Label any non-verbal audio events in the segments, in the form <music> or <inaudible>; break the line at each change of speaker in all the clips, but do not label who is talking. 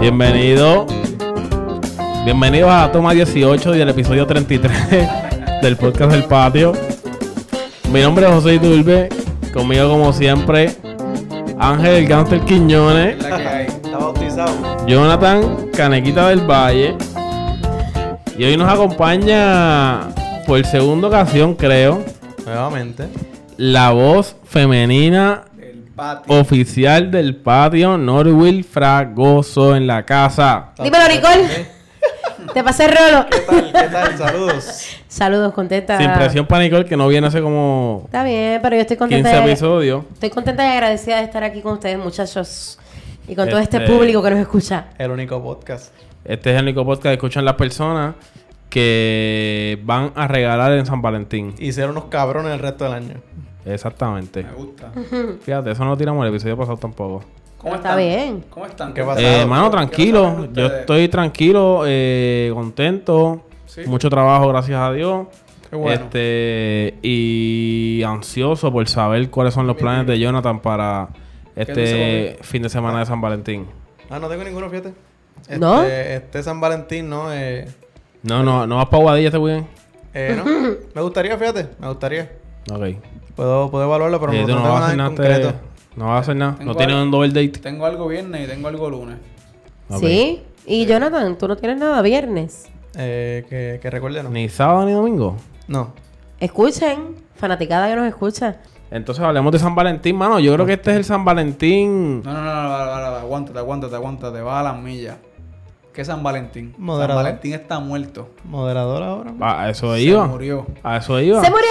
Bienvenido. Bienvenidos a Toma 18 y el episodio 33 <laughs> del podcast del patio. Mi nombre es José Iturbe. Conmigo, como siempre, Ángel el Gánster Quiñones,
<laughs>
La que hay. Está bautizado.
Jonathan Canequita del Valle. Y hoy nos acompaña, por segunda ocasión, creo,
Nuevamente.
la voz femenina
El patio.
oficial del patio, Norwil Fragoso, en la casa.
Estamos
Dímelo, Nicole. Te pasé el rolo.
¿Qué tal? ¿Qué tal? Saludos.
Saludos, contenta.
Sin presión para Nicole, que no viene hace como
Está bien, pero yo estoy
15
contenta. de-
episodios.
Estoy contenta y agradecida de estar aquí con ustedes, muchachos. Y con todo este
Este-
público que nos escucha.
<laughs> El único podcast.
Este es el único podcast que escuchan las personas que van a regalar en San Valentín.
Y ser unos cabrones el resto del año.
Exactamente.
Me gusta.
Fíjate, eso no lo tiramos el episodio pasado tampoco.
¿Cómo
Está
están?
bien.
¿Cómo están?
¿Qué pasa?
Eh, Hermano,
Quiero saber
tranquilo.
de
Yo
ustedes.
estoy tranquilo, eh, contento.
Sí.
Mucho trabajo, gracias a Dios.
Qué bueno.
Este y ansioso por saber cuáles son los planes de Jonathan para
dice
este fin de semana de San Valentín.
Ah, no tengo ninguno, fíjate. Este,
¿No?
Este San Valentín, ¿no? Eh,
No, no, no vas para Guadilla este weekend.
eh,
<laughs>
no. Me gustaría, fíjate. Me gustaría.
Ok.
Puedo, puedo evaluarlo, pero
Eh,
no,
tú
no
no
tengo
vas a
nada
hacer
en
nada.
concreto.
este- No vas a hacer nada.
Tengo
No tienes
algo-
un double date.
Tengo algo viernes y tengo algo lunes.
Ok.
¿Sí? Y Jonathan, tú no tienes nada viernes.
Eh, que, que recuerden. ¿no?
Ni sábado ni domingo.
No.
Escuchen, fanaticada que nos escucha.
Entonces hablemos de San Valentín, mano. Yo creo que este es el San Valentín.
No, no, no, no, no, no, no, aguántate, aguántate, aguántate. Baja las millas. ¿Qué es San Valentín?
Moderado.
San Valentín está muerto.
Moderador ahora.
A a Ah, eso
Se
iba.
murió.
A eso iba.
¡Se murió!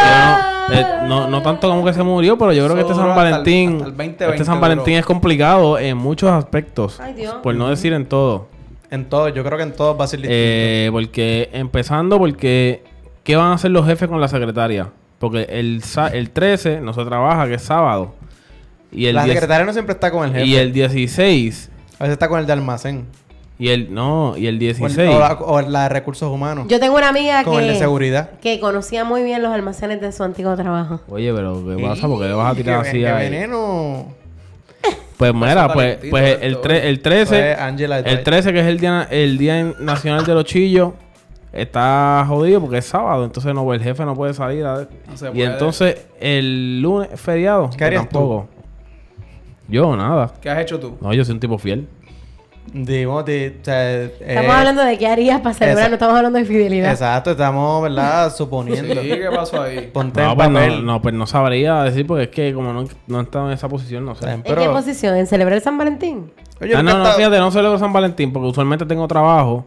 Yo no, eh, no, no tanto como que se murió, pero yo creo que
Eso
este San
duró hasta el-
Valentín.
hasta el 2020
este San
duró.
Valentín es complicado en muchos aspectos.
Ay, Dios.
Por no decir en todo.
En todos, yo creo que en todos va a ser distinto.
Eh, porque empezando, porque ¿qué van a hacer los jefes con la secretaria? Porque el, sa- el 13 no se trabaja, que es sábado. Y el,
la
10
secretaria no siempre está con el jefe.
y el 16
A veces está con el de almacén.
y el no, y el
O,
16.
el- o la, o la de recursos humanos.
Yo tengo una amiga
con el de
que,
seguridad.
que conocía muy bien los almacenes de su antiguo trabajo.
Oye, pero ¿qué pasa? ¿Por qué le vas a
Y
tirar
que-
así
que
a
veneno.
Pues mira,
San
pues,
Valentín,
pues
todo
el,
esto,
tre- el 13,
Pues, Angela
el
Dwight.
13 que es el día, el día nacional de los chillos, está jodido porque es sábado, entonces no el jefe no puede salir. a-
No se
y
puede.
entonces el lunes feriado,
¿Qué
que
harías
tampoco. Yo nada.
¿Qué has hecho tú?
No, yo soy un tipo fiel.
Digo, de, o sea, eh,
Estamos hablando de qué harías para celebrar,
esa-
no estamos hablando de fidelidad.
Exacto,
<laughs>
estamos, ¿verdad?
Sí,
Suponiendo.
¿qué
<laughs>
pasó ahí?
Ponte
No,
en
pues no,
papel.
no, pues no sabría decir porque es que como no, no he estado en esa posición, no sé.
Está bien,
¿En
pero-
qué posición? ¿En celebrar San Valentín?
Oye,
Ah, no,
nunca he
no,
estado-
fíjate, no celebro San Valentín porque usualmente tengo trabajo.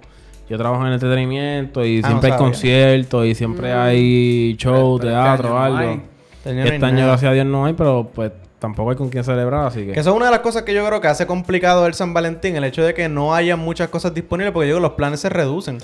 Yo trabajo en entretenimiento y
Ah,
siempre
no
hay
sabía.
conciertos y siempre hay show,
Pero este
teatro,
año no
algo.
hay.
Tenía
este
ni
año,
nada.
gracias a Dios, no hay, pero pues tampoco hay con quién celebrar, así que. pues,
Que eso es una de las cosas que yo creo que hace complicado el San Valentín, el hecho de que no haya muchas cosas disponibles, porque yo digo, los planes se reducen.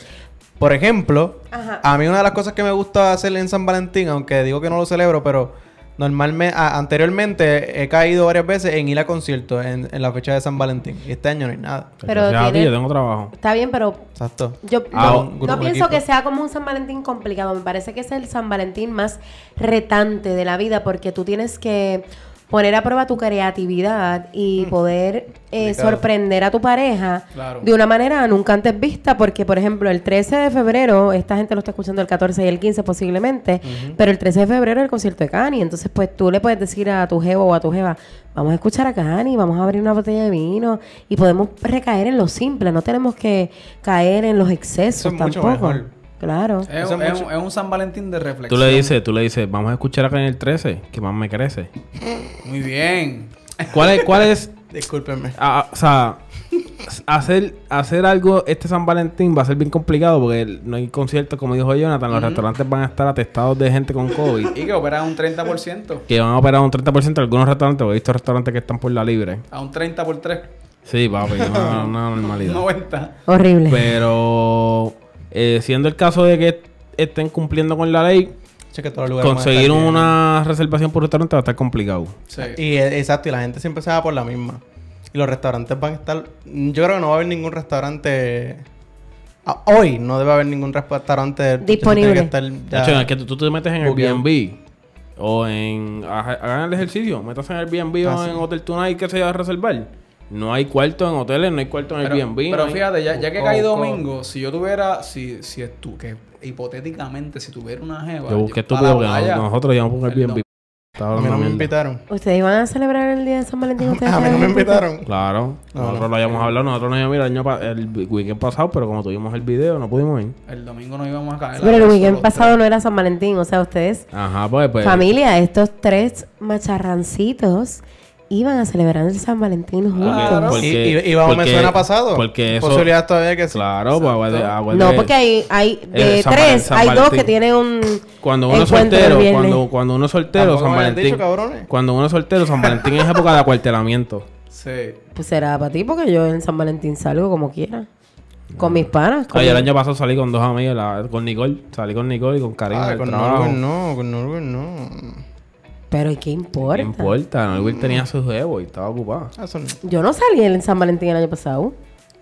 Por ejemplo,
Ajá.
a mí una de las cosas que me gusta hacer en San Valentín, aunque digo que no lo celebro, pero normalmente, anteriormente he caído varias veces en ir a conciertos en, en la fecha de San Valentín. Y este año no hay nada.
Pero
Gracias a ti,
tiene-
yo tengo trabajo.
Está bien, pero
Exacto.
yo
Ah,
no,
un
no
grupo, un
pienso
equipo.
que sea como un San Valentín complicado. Me parece que es el San Valentín más retante de la vida porque tú tienes que poner a prueba tu creatividad
Mm.
y poder eh,
Complicado.
sorprender a tu pareja
Claro.
de una manera nunca antes vista porque, por ejemplo, el 13 de febrero, esta gente lo está escuchando el 14 y el 15 posiblemente, pero el 13 de febrero es el concierto de Cani, entonces pues tú le puedes decir a tu jevo o a tu jeva, vamos a escuchar a Cani, vamos a abrir una botella de vino y podemos recaer en lo simple, no tenemos que caer en los excesos
Eso es mucho
tampoco.
mejor. Eh,
Claro.
Es, es
Eso
un,
es mucho.
es un San Valentín de reflexión.
Tú le dices, tú le dices, vamos a escuchar acá en el 13, que más me crece.
Muy bien.
¿Cuál es, cuál es
Discúlpenme.
Ah, ah, o sea, s- hacer, hacer algo este San Valentín va a ser bien complicado porque el- no hay conciertos, como dijo Jonathan. Los restaurantes van a estar atestados de gente con COVID.
Y que operas un 30%.
que van a operar un 30% algunos restaurantes, porque he visto restaurantes que están por la libre.
A un 30 por 3.
Sí, papi, una,
<laughs>
una normalidad.
90.
Horrible.
pues,
Pero eh, siendo el caso de que estén cumpliendo con la ley,
Che, que todos los lugares van a
conseguir
estar llenos.
una reservación por restaurante va a estar complicado.
Sí.
Y eh, exacto, y la gente siempre se va por la misma. Y los restaurantes van a estar. Yo creo que no va a haber ningún restaurante. ah, Hoy no debe haber ningún restaurante.
Disponible.
Tiene que estar ya-
De hecho, es que tú, tú te metes en
Buqueado.
Airbnb o en haga- hagan el ejercicio, métanse en Airbnb
Ah,
o
sí.
en Hotel Tonight que se va a reservar. No hay cuarto en hoteles, no hay cuarto en
Pero,
Airbnb.
pero
no hay-
fíjate, ya, ya que
Oh,
caí
oh.
domingo, si yo tuviera, si, si estu- que hipotéticamente, si tuviera una jeva.
Yo busqué
para la
estúpido que
playa,
no- nosotros llevamos un Airbnb.
Perdón.
Estaba
A mí
hablando
no me
mierda.
invitaron.
¿Ustedes iban a celebrar el día de San Valentín?
<laughs>
¿Ustedes
A mí no me
saben?
invitaron.
Claro,
No,
nosotros
no.
lo habíamos hablado, nosotros no íbamos a ir el, año pa- el weekend pasado, pero como tuvimos el video, no pudimos ir.
El domingo no íbamos a caer.
Sí,
la
Pero el
noche
weekend
los tres.
pasado no era San Valentín, o sea, ustedes,
Ajá, pues, pues
familia, estos tres macharrancitos iban a celebrar el San
Ah,
Valentín juntos.
Claro.
Y,
Porque-
y, y vamos,
porque-
me suena pasado.
porque eso-
Posibilidad todavía que sí.
Claro, pues aguante- aguante-
No, porque hay, hay de
Eh, San Val-
tres,
San
hay dos
Valentín.
que tienen un
cuando uno es
encuentro el
soltero,
viernes.
cuando, cuando uno es soltero,
Tampoco
San
me habían
Valentín.
dicho, cabrones.
cuando uno es soltero, San Valentín es época de acuartelamiento.
<laughs>
Sí.
Pues será para ti, porque yo en San Valentín salgo como quiera. Con mis panas. con
Oye, el
mi-
año pasado salí con dos amigas, la- con Nicole, salí con Nicole y con Karina.
Ah,
del
con
trabajo.
Norwood no, con Norwood no.
Pero ¿y qué importa?
No importa,
Mm.
Norbert tenía su jevo y estaba ocupada.
Ah, Eso no.
Yo no salí en San Valentín el año pasado.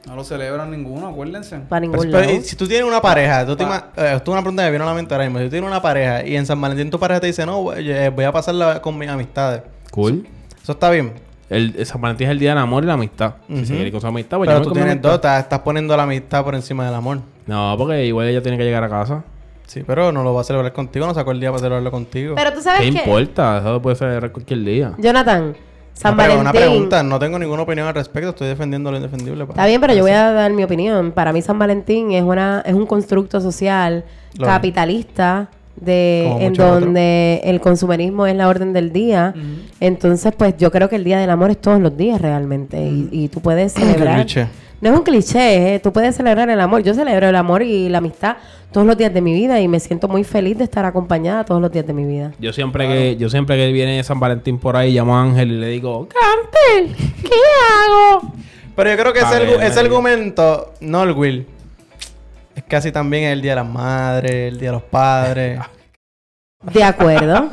No lo celebran ninguno, acuérdense.
Para ningún
Pero,
lado.
pero, ¿y si tú tienes una pareja, tú te
Pa-
Ah.
ima- eh, esto es una pregunta que me vino a la mente ahora mismo. Si tú tienes una pareja y en San Valentín tu pareja te dice, no, voy eh, voy a pasarla con mis amistades.
Cool.
Eso está bien.
El, el San Valentín es el día del amor y la amistad. Si
Ujú.
se quiere ir con su amistad, pues
Pero
yo
tú
me con mi
tienes
amistad.
dos, estás, estás poniendo la amistad por encima del amor.
No, porque igual ella tiene que llegar a casa.
Sí, pero no lo va a celebrar contigo, no sacó el día para celebrarlo contigo.
Pero tú
¿Qué
sabes que.
importa? Eso puede ser cualquier día.
Jonathan, San
No, pero
Valentín.
Una pregunta, no tengo ninguna opinión al respecto, estoy defendiendo lo indefendible. pa.
Está bien, pero yo voy a dar mi opinión. Para mí San Valentín es una es un constructo social
Lo es.
capitalista de
Como
en
muchos otros.
donde el consumerismo es la orden del día. Entonces, pues yo creo que el Día del Amor es todos los días realmente y, y tú puedes celebrar.
cliché.
No es un cliché, ¿eh? tú puedes celebrar el amor. Yo celebro el amor y la amistad todos los días de mi vida y me siento muy feliz de estar acompañada todos los días de mi vida.
Yo siempre que yo siempre que viene San Valentín por ahí llamo a Ángel y le digo, "Ca-".
Ángel, ¿qué hago?
Pero yo creo que
A
ese,
ver,
argu- ese
María.
argumento, no el Will. Es casi también el día de las madres, el día de los padres. <laughs>
De acuerdo.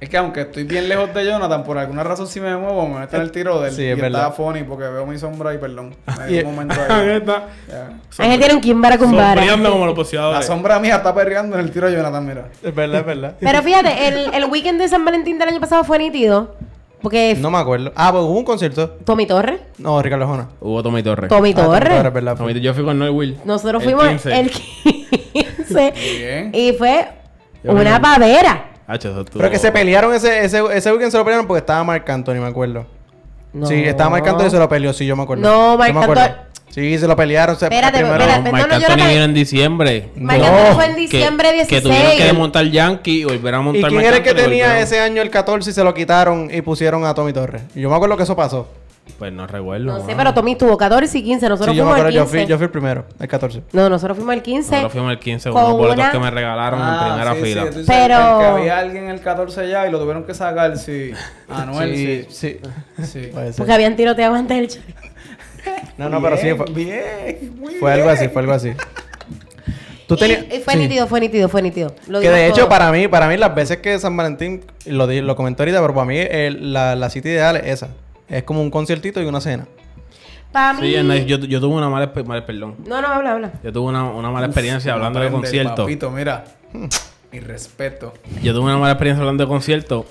Es que aunque estoy bien lejos de Jonathan, por alguna razón si me muevo, me meto en el tiro del
Sí,
y
es
está
verdad.
funny porque veo mi sombra
<laughs>
y perdón. Me
Y-
dio
<laughs>
un momento
<laughs>
ahí.
Está
Ya.
Ángel tiene un quimbara con vara.
sonriendo como los
La
poseadores.
sombra mía está perreando en el tiro de Jonathan, mira.
<laughs> es verdad, es verdad.
Pero fíjate, el, el weekend de San Valentín del año pasado fue nítido. Porque
<laughs> No me acuerdo. Ah, pues hubo un concierto.
Tommy Torres.
No, Ricardo Jona.
Hubo Tommy Torres.
Tommy
Ah, Tommy Torres,
Torres.
¿verdad?
Tommy- yo fui con Noel Will.
Nosotros
El
fuimos
15.
el
<laughs>
15.
Bien.
y fue
Yo
una
fui-
pavera.
Hacho, eso estuvo-
Pero que se pelearon ese, ese, ese weekend, se lo pelearon porque estaba Marc Anthony, me acuerdo.
No.
Sí, estaba Marc Anthony y se lo peleó, sí, yo me acuerdo.
No, Marc
Yo me acuerdo.
Anthony-
Sí, se lo pelearon. se-
Espérate,
No,
primero-
espérate. Perdón,
Marc
no, yo
Anthony
no me-
vino en diciembre.
Marc
No,
Anthony fue en
que-
diciembre
Que
16.
tuvieron que desmontar Yankee y volver a montar
¿Y quién
Marc
era el que
Anthony y
tenía
volvieron-
ese año el 14 y se lo quitaron y pusieron a Tommy Torres? Y Yo me acuerdo que eso pasó.
Pues no recuerdo.
No sé,
mano.
pero Tommy tuvo 14 y 15. Nosotros
Sí, yo me
fuimos
acuerdo,
el
yo fui,
15.
yo fui el primero, el 14.
No, nosotros fuimos el 15.
Nosotros fuimos el 15,
Con
unos boletos
una-
que me regalaron
Ah,
en primera
Ah, sí,
fila.
Sí, tú dices
Pero-
Que había alguien en el 14 ya y lo tuvieron que sacar, sí. Anuel,
sí,
sí.
sí.
sí.
Puede ser.
porque habían tiroteado antes del show.
No, no, pero sí,
Bien,
fue,
Bien, muy
fue
bien.
algo así, fue algo
<laughs>
así. Tú tenías...
Y, y fue
sí.
nítido, fue nítido, fue nítido. Lo
Que
dimos
de hecho,
todo.
para mí, para mí las veces que San Valentín, lo, di- lo comenté ahorita, pero para mí eh, la, la cita ideal es esa. Es como un conciertito y una cena.
Pa'
Sí,
mí...
es nice. yo, yo tuve una mala, exper- mala- perdón.
No, no, habla, habla.
Yo tuve una, una mala experiencia hablando de
Aprende,
conciertos.
Papito, mira. Mi respeto.
Yo tuve una mala experiencia hablando de conciertos.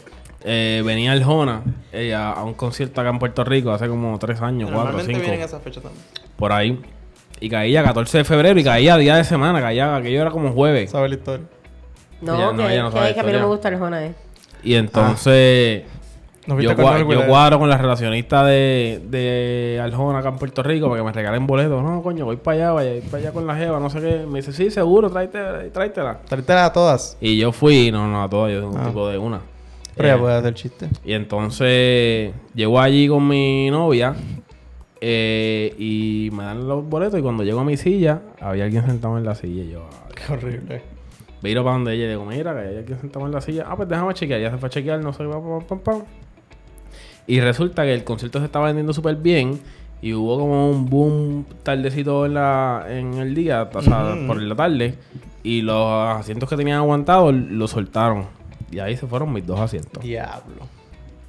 Eh, venía el Jona eh, a, a un concierto acá en Puerto Rico hace como tres años, cuatro, cinco,
esa fecha también.
por ahí. Y caía 14 de febrero y caía día de semana, caía, aquello era como jueves.
Sabe la historia.
No,
Ya, no,
que,
ya no
que-
sabe
que a mí no
historia.
me gusta el Jona, eh.
Y entonces
Ah. ¿No
yo,
viste
cua-
cuando el
yo
Wilder-
cuadro con la relacionista de, de Arjona acá en Puerto Rico para que me regalen boletos. No, coño, voy para allá, vaya, voy para allá con la jeva, no sé qué. Me dice, sí, seguro, tráete, tráetela.
Tráetela a todas.
Y yo fui, no, no, a todas, yo soy un
Ah.
tipo de una.
Pero
Eh,
ya puedes hacer chiste.
Y entonces llego allí con mi novia eh, y me dan los boletos y cuando llego a mi silla, había alguien sentado en la silla y yo... ay,
Qué horrible.
Viro para donde ella y digo, mira, que hay alguien sentado en la silla. Ah, pues déjame chequear. Ya se fue a chequear, no sé, pam, pam, pam, pam. Y resulta que el concierto se estaba vendiendo súper bien y hubo como un boom tardecito en, la, en el día, o sea,
Ujú.
por la tarde. Y los asientos que tenían aguantados los soltaron. Y ahí se fueron mis dos asientos.
Diablo.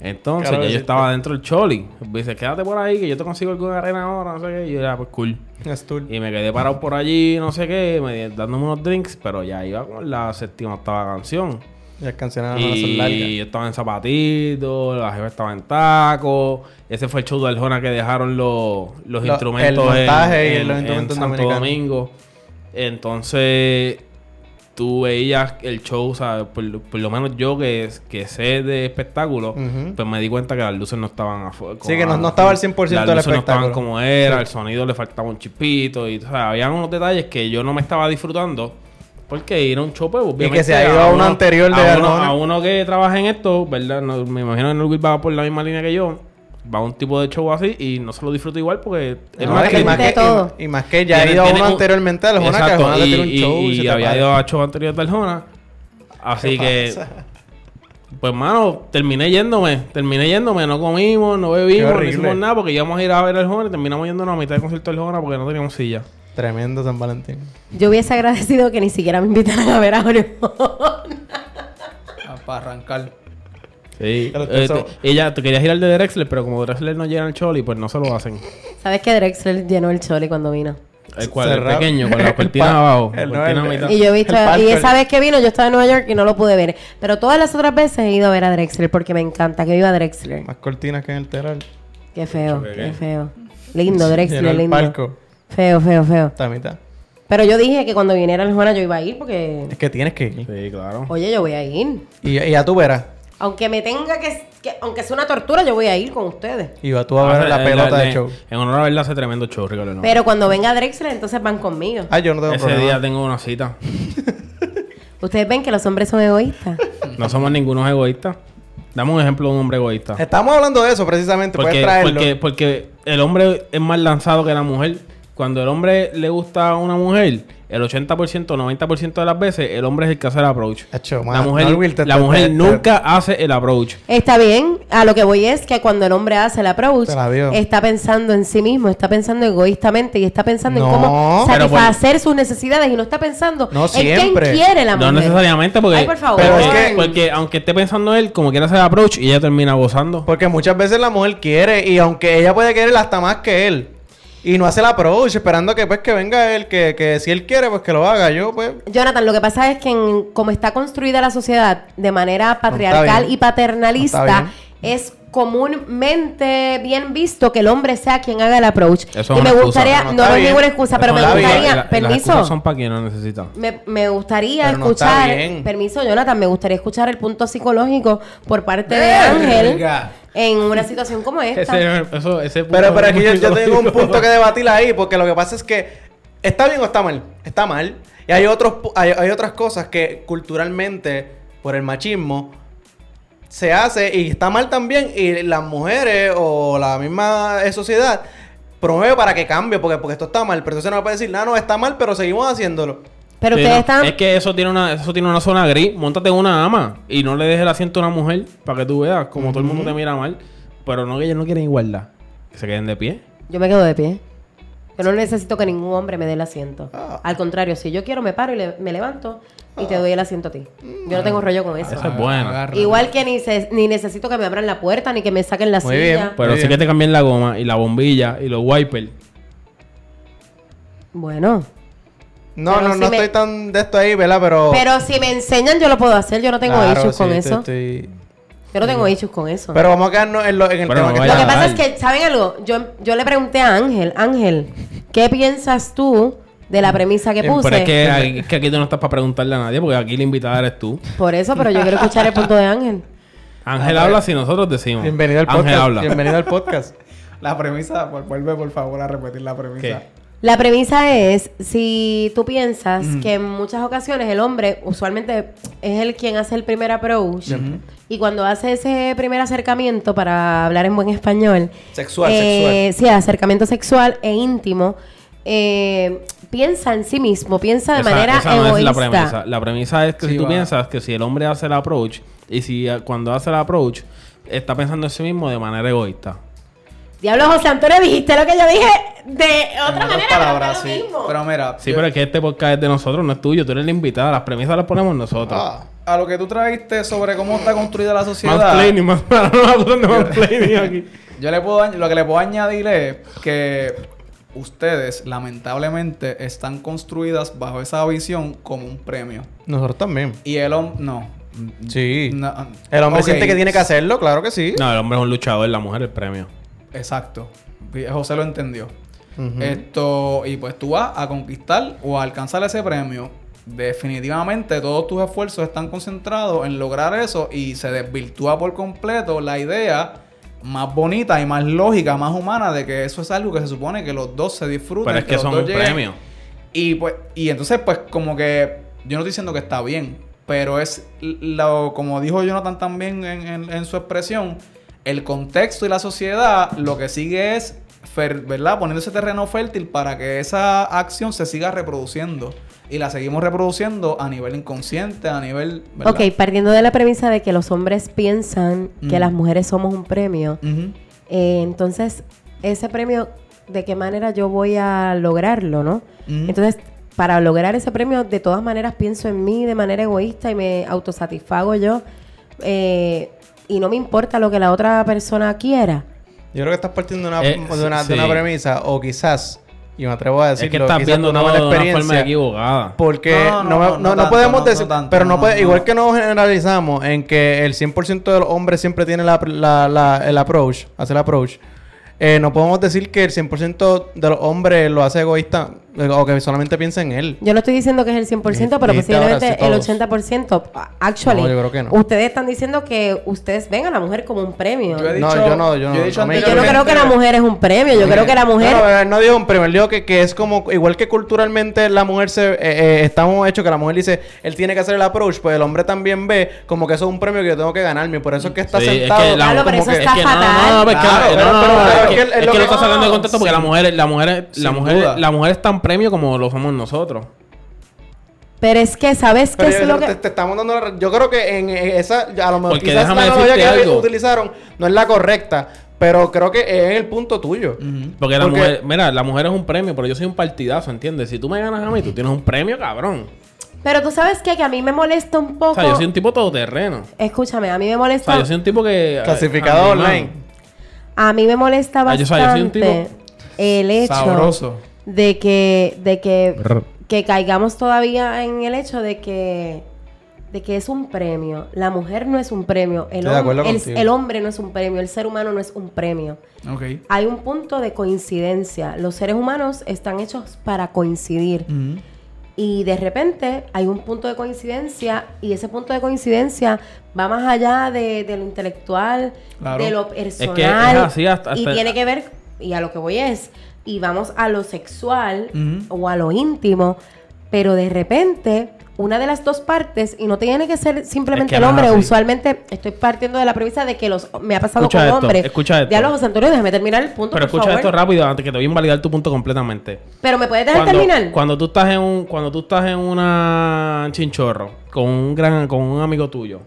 Entonces,
Claro
ya
que
yo
sí.
estaba dentro del choli. Me dice, quédate por ahí que yo te consigo alguna arena ahora, no sé qué. Y yo, "Ah, pues cool.
Es tú.
Y me quedé parado por allí, no sé qué, me, dándome unos drinks, pero ya iba con la séptima octava canción.
Y las canciones no son largas.
Y yo estaba en zapatitos, la jefa estaba en tacos. Ese fue el show de Arjona que dejaron los, los
Lo-
instrumentos
el montaje y
en,
los
en
instrumentos
Santo
dominicanos.
Domingo. Entonces, tú veías el show, o sea, por, por lo menos yo que, que sé de espectáculo,
Ujú.
pues me di cuenta que las luces no estaban afuera.
Sí, que no- no estaba al 100% del
Las luces no estaban
espectáculo.
como era, el sonido le faltaba un chispito. Y, o sea, había unos detalles que yo no me estaba disfrutando. Porque ir a un show, pues, obviamente,
que se ha ido a uno anterior de
a uno,
Arjona.
a uno que trabaja en esto, ¿verdad? No, me imagino que Norwil va por la misma línea que yo. Va a un tipo de show así y no se lo disfruta igual porque es
No,
más
y
que.
más
que,
De todo.
y- y más que ya ha
tiene-
ido a
tiene
uno
un-
anteriormente a Arjona, que
Exacto,
Arjona le
y,
tiene un show.
y-
se
y
te
había
para.
ido a shows anteriores de Arjona. Así que.
pasa?
Pues, mano, terminé yéndome. Terminé yéndome. No comimos, no bebimos, no
horrible.
hicimos nada porque íbamos a ir a ver al Arjona y terminamos yéndonos a mitad del concierto del Arjona porque no teníamos silla.
Tremendo San Valentín.
Yo hubiese agradecido que ni siquiera me invitaran a ver a Orión.
Ah, Para arrancar.
Sí.
Pero tú
Eh,
so-
te- ella, tú querías ir al de Drexler, pero como Drexler no llega al Choli, pues no se lo hacen.
¿Sabes que Drexler llenó el chole cuando vino?
El cuadro el
Cerrado.
pequeño, con
<laughs> El
la cortina
pa-
abajo.
el- no,
cortina
el-
a mitad.
Y yo he visto,
El palco,
y
el-
esa vez que vino, yo estaba en Nueva York y no lo pude ver. Pero todas las otras veces he ido a ver a Drexler porque me encanta que viva Drexler.
Más cortinas que en el teral.
Qué feo,
Choque,
qué
¿qué?
feo. Lindo,
Llenó
Drexler,
el
lindo.
palco.
Feo, feo, feo.
Esta mitad.
Pero yo dije que cuando viniera el Juana yo iba a ir porque,
Es que tienes que ir.
Sí, claro.
oye, yo voy a ir.
Y, y ya tú verás.
Aunque me tenga que, que- aunque sea una tortura, yo voy a ir con ustedes.
Y va tú a
Ah,
ver la
eh,
pelota
le-
de show.
En honor a verla hace tremendo show, Ricardo. ¿no?
Pero cuando venga Drexler, entonces van conmigo.
Ah, yo no tengo
Ese
problema.
día tengo una cita.
Ustedes ven que los hombres son egoístas.
No somos ningunos egoístas. Dame un ejemplo de un hombre egoísta.
Estamos hablando de eso precisamente. Este, Puedes
Porque,
traerlo.
porque, porque el hombre es más lanzado que la mujer. Cuando el hombre le gusta a una mujer, el 80% o 90% de las veces, el hombre es el que hace el approach.
Acho,
la
man,
mujer,
Norwil, te-
la
te-
mujer
te- te-
nunca hace el approach.
Está bien, a lo que voy es que cuando el hombre hace el approach,
Te la dio.
está pensando en sí mismo, está pensando egoístamente y está pensando
No.
en cómo
Pero por-
satisfacer sus necesidades y no está pensando
No
en
siempre.
quién quiere la
No
mujer.
necesariamente porque,
Ay, por favor.
porque,
Pero es que-
porque aunque esté pensando él, como quiera hacer el approach, y ella termina gozando.
Porque muchas veces la mujer quiere y aunque ella puede querer hasta más que él. Y no hace el approach esperando que pues que venga él, que, que si él quiere pues que lo haga. Yo pues...
Jonathan, lo que pasa es que en- como está construida la sociedad de manera patriarcal
bien.
y paternalista,
No está
es comúnmente bien visto que el hombre sea quien haga el approach.
Eso es
y
una
me
excusa,
gustaría,
pero no
no,
está
es
bien.
ninguna excusa, pero
Eso
me
no es la-
gustaría,
la- las
permiso.
excusas son para quien lo necesita.
Me, me gustaría
Pero no está
escuchar,
bien.
permiso Jonathan, me gustaría escuchar el punto psicológico por parte de
Verga.
Ángel en una situación como esta.
Ese, eso- ese
Pero,
punto
pero
es
aquí yo,
muy
yo tengo un
lógico.
punto que debatir ahí porque lo que pasa es que está bien o está mal. Está mal. Y hay, otros, pu- hay, hay otras cosas que culturalmente por el machismo se hace y está mal también y las mujeres o la misma eh, sociedad promueve para que cambie porque, porque esto está mal. Pero entonces no me puede decir, no, no, está mal, pero seguimos haciéndolo.
Pero
Sí,
ustedes
no.
están...
Es que eso tiene una eso tiene una zona gris. Móntate en una ama y no le dejes el asiento a una mujer para que tú veas como todo el mundo te mira mal. Pero no que ellos no quieren igualdad. Que se queden de pie.
Yo me quedo de pie. Yo no necesito que ningún hombre me dé el asiento.
Ah.
Al contrario, si yo quiero me paro y le- me levanto y te doy el asiento a ti. Yo no tengo rollo
Ah,
con eso.
Eso es bueno.
Agarra.
Igual que ni, se- ni necesito que me abran la puerta ni que me saquen la
Muy
silla.
bien. pues.
Pero
Muy
sí
bien.
que te cambien la goma y la bombilla y los wipers.
Bueno,
No,
Pero
no,
si
no
me-
estoy tan de esto ahí, ¿verdad? Pero...
pero si me enseñan yo lo puedo hacer. Yo no tengo
Oh. Claro,
issues
sí,
con
estoy-
eso.
estoy-
Yo no tengo issues con eso.
Pero vamos a quedarnos en, lo- en el
Pero
tema
no
que
vaya
Lo que
a
pasa es
dar.
que, ¿saben algo? Yo, yo le pregunté a Ángel, Ángel, ¿qué piensas tú de la premisa que
Eh,
puse?
Pero es que, aquí- es que aquí tú no estás para preguntarle a nadie porque aquí la invitada eres tú.
Por eso, pero yo quiero escuchar el punto de Ángel.
Ángel habla si nosotros decimos.
Bienvenido al podcast.
Ángel habla.
Bienvenido al podcast.
La premisa, vol- vuelve por favor a repetir la premisa.
¿Qué?
La premisa es, si tú piensas
Mm.
que en muchas ocasiones el hombre usualmente es el quien hace el primer approach y cuando hace ese primer acercamiento, para hablar en buen español,
Sexual,
eh, Sí, acercamiento sexual e íntimo, eh, piensa en sí mismo, piensa de
Esa-
manera
esa no es
egoísta.
la premisa. La premisa es que
Sí,
si tú
va.
piensas que si el hombre hace el approach y si eh, cuando hace el approach está pensando en sí mismo de manera egoísta.
Diablo, José Antonio, dijiste lo que yo dije de
En
otra
otras
manera,
palabras,
pero no es
sí.
lo mismo.
Pero mira,
Sí,
yo-
pero es que este podcast es de nosotros, no es tuyo. Tú eres la invitada. Las premisas las ponemos nosotros.
Ah.
a lo que tú trajiste sobre cómo está construida la sociedad,
Mansplaining, <laughs> más para no hablan de mansplaining aquí.
yo le puedo añ- lo que le puedo añadir es que ustedes lamentablemente están construidas bajo esa visión como un premio.
Nosotros también.
Y el hombre no.
Sí.
No, ah,
El hombre
ok.
siente que tiene que hacerlo, claro que sí.
No, el hombre es un luchador, la mujer el premio.
Exacto. José lo entendió.
Ujú.
Eh,
Esto, y pues tú vas a conquistar o a alcanzar ese premio. Definitivamente todos tus esfuerzos están concentrados en lograr eso y se desvirtúa por completo la idea más bonita y más lógica, más humana de que eso es algo que se supone que los dos se disfrutan.
Pero es que
los
son
dos
un
lleguen.
premio.
Y pues, y entonces, pues, como que yo no estoy diciendo que está bien, pero es lo, como dijo Jonathan también en, en- en su expresión, el contexto y la sociedad lo que sigue es, fer- ¿verdad? Poniendo ese terreno fértil para que esa acción se siga reproduciendo. Y la seguimos reproduciendo a nivel inconsciente, a nivel. ¿verdad?
Ok, partiendo de la premisa de que los hombres piensan que
Mm.
las mujeres somos un premio,
Ujú.
eh, entonces ese premio, ¿de qué manera yo voy a lograrlo, no?
Mm.
Entonces, para lograr ese premio, de todas maneras pienso en mí de manera egoísta y me autosatisfago yo eh, y no me importa lo que la otra persona quiera.
Yo creo que estás partiendo de una,
Eh,
de una- de
sí.
una premisa, o quizás, y me atrevo a
Es
decirlo,
que estás
quizás
viendo
de una
todo
mala
de una
experiencia.
forma equivocada.
Porque
No,
no,
no,
me- no,
no, no
no
tanto,
podemos
no,
decir,
no tanto,
pero no,
no,
puede-
no.
igual que no generalizamos en que el 100% de los hombres siempre tiene la, la- la- el approach, hace el approach. eh, no podemos decir que el 100% de los hombres lo hace egoísta eh, o que solamente piensa en él.
Yo no estoy diciendo que es el 100%, pero
Dijiste ahora
posiblemente
sí
el
todos.
80%. Actually,
No, yo creo que no.
ustedes están diciendo que ustedes ven a la mujer como un premio.
Yo he
No,
dicho-
yo no, yo no,
he dicho
no me-
Y yo no
anteriormente-
creo que la mujer es un premio, yo creo que la mujer...
No, no, no digo un primer, digo que, que es como, igual que culturalmente la mujer se, eh, eh, estamos hechos que la mujer dice, él tiene que hacer el approach, pues el hombre también ve como que eso es un premio que yo tengo que ganarme, y por eso es que está
Sí, es que la-
sentado.
Claro, pero
como
eso
que-
está
es que no,
fatal.
no, no, es que
Claro,
no,
pero-
no,
pero-
no,
pero
es que- es que lo está sacando de
no,
contexto porque la mujer, la mujer, la
Sin
mujer,
duda.
la mujer es tan premio como lo somos nosotros.
Pero es que, ¿sabes qué
Pero
es
yo,
lo
te,
que...?
te estamos dando la ra- Yo creo que en eh, esa. A lo mejor
Porque
quizás
déjame
la analogía que
decirte algo.
utilizaron no es la correcta. Pero creo que es el punto tuyo.
Ujú.
Porque la
Porque-
mujer, mira, la mujer es un premio, pero yo soy un partidazo, ¿entiendes? Si tú me ganas a mí, tú tienes un premio, cabrón.
Pero tú sabes qué, que a mí me molesta un
O
poco...
sea, yo soy un tipo todoterreno.
Escúchame, a mí me
O
molesta...
sea, yo soy un tipo que... eh,
Clasificado
a- a mi
online.
mano.
A mí me molesta
Ah, yo soy- yo soy un
bastante
tipo
el hecho
Sabroso.
de que de que,
Brr.
que caigamos todavía en el hecho de que de que es un premio. La mujer no es un premio, el,
Estoy de
hom-
acuerdo
el-
contigo.
el hombre no es un premio, el ser humano no es un premio.
Ok.
Hay un punto de coincidencia. Los seres humanos están hechos para coincidir.
Ujú.
Y de repente hay un punto de coincidencia y ese punto de coincidencia va más allá de, de lo intelectual,
Claro.
de lo
que es
personal.
así hasta-
y
hasta-
tiene que ver, y a lo que voy es, y vamos a lo sexual
Ujú.
o a lo íntimo, pero de repente una de las dos partes, y no tiene que ser simplemente
Es que
el
no es
hombre,
así.
usualmente estoy partiendo de la premisa de que los me ha pasado
Escucha
con
esto,
hombres.
escucha esto.
Diálogo, José Antonio, déjame terminar el punto,
Pero
por
escucha
favor.
esto rápido antes que te voy a invalidar tu punto completamente.
Pero me puedes dejar
Cuando,
terminar.
cuando tú estás en un cuando tú estás en una chinchorro con un gran con un amigo tuyo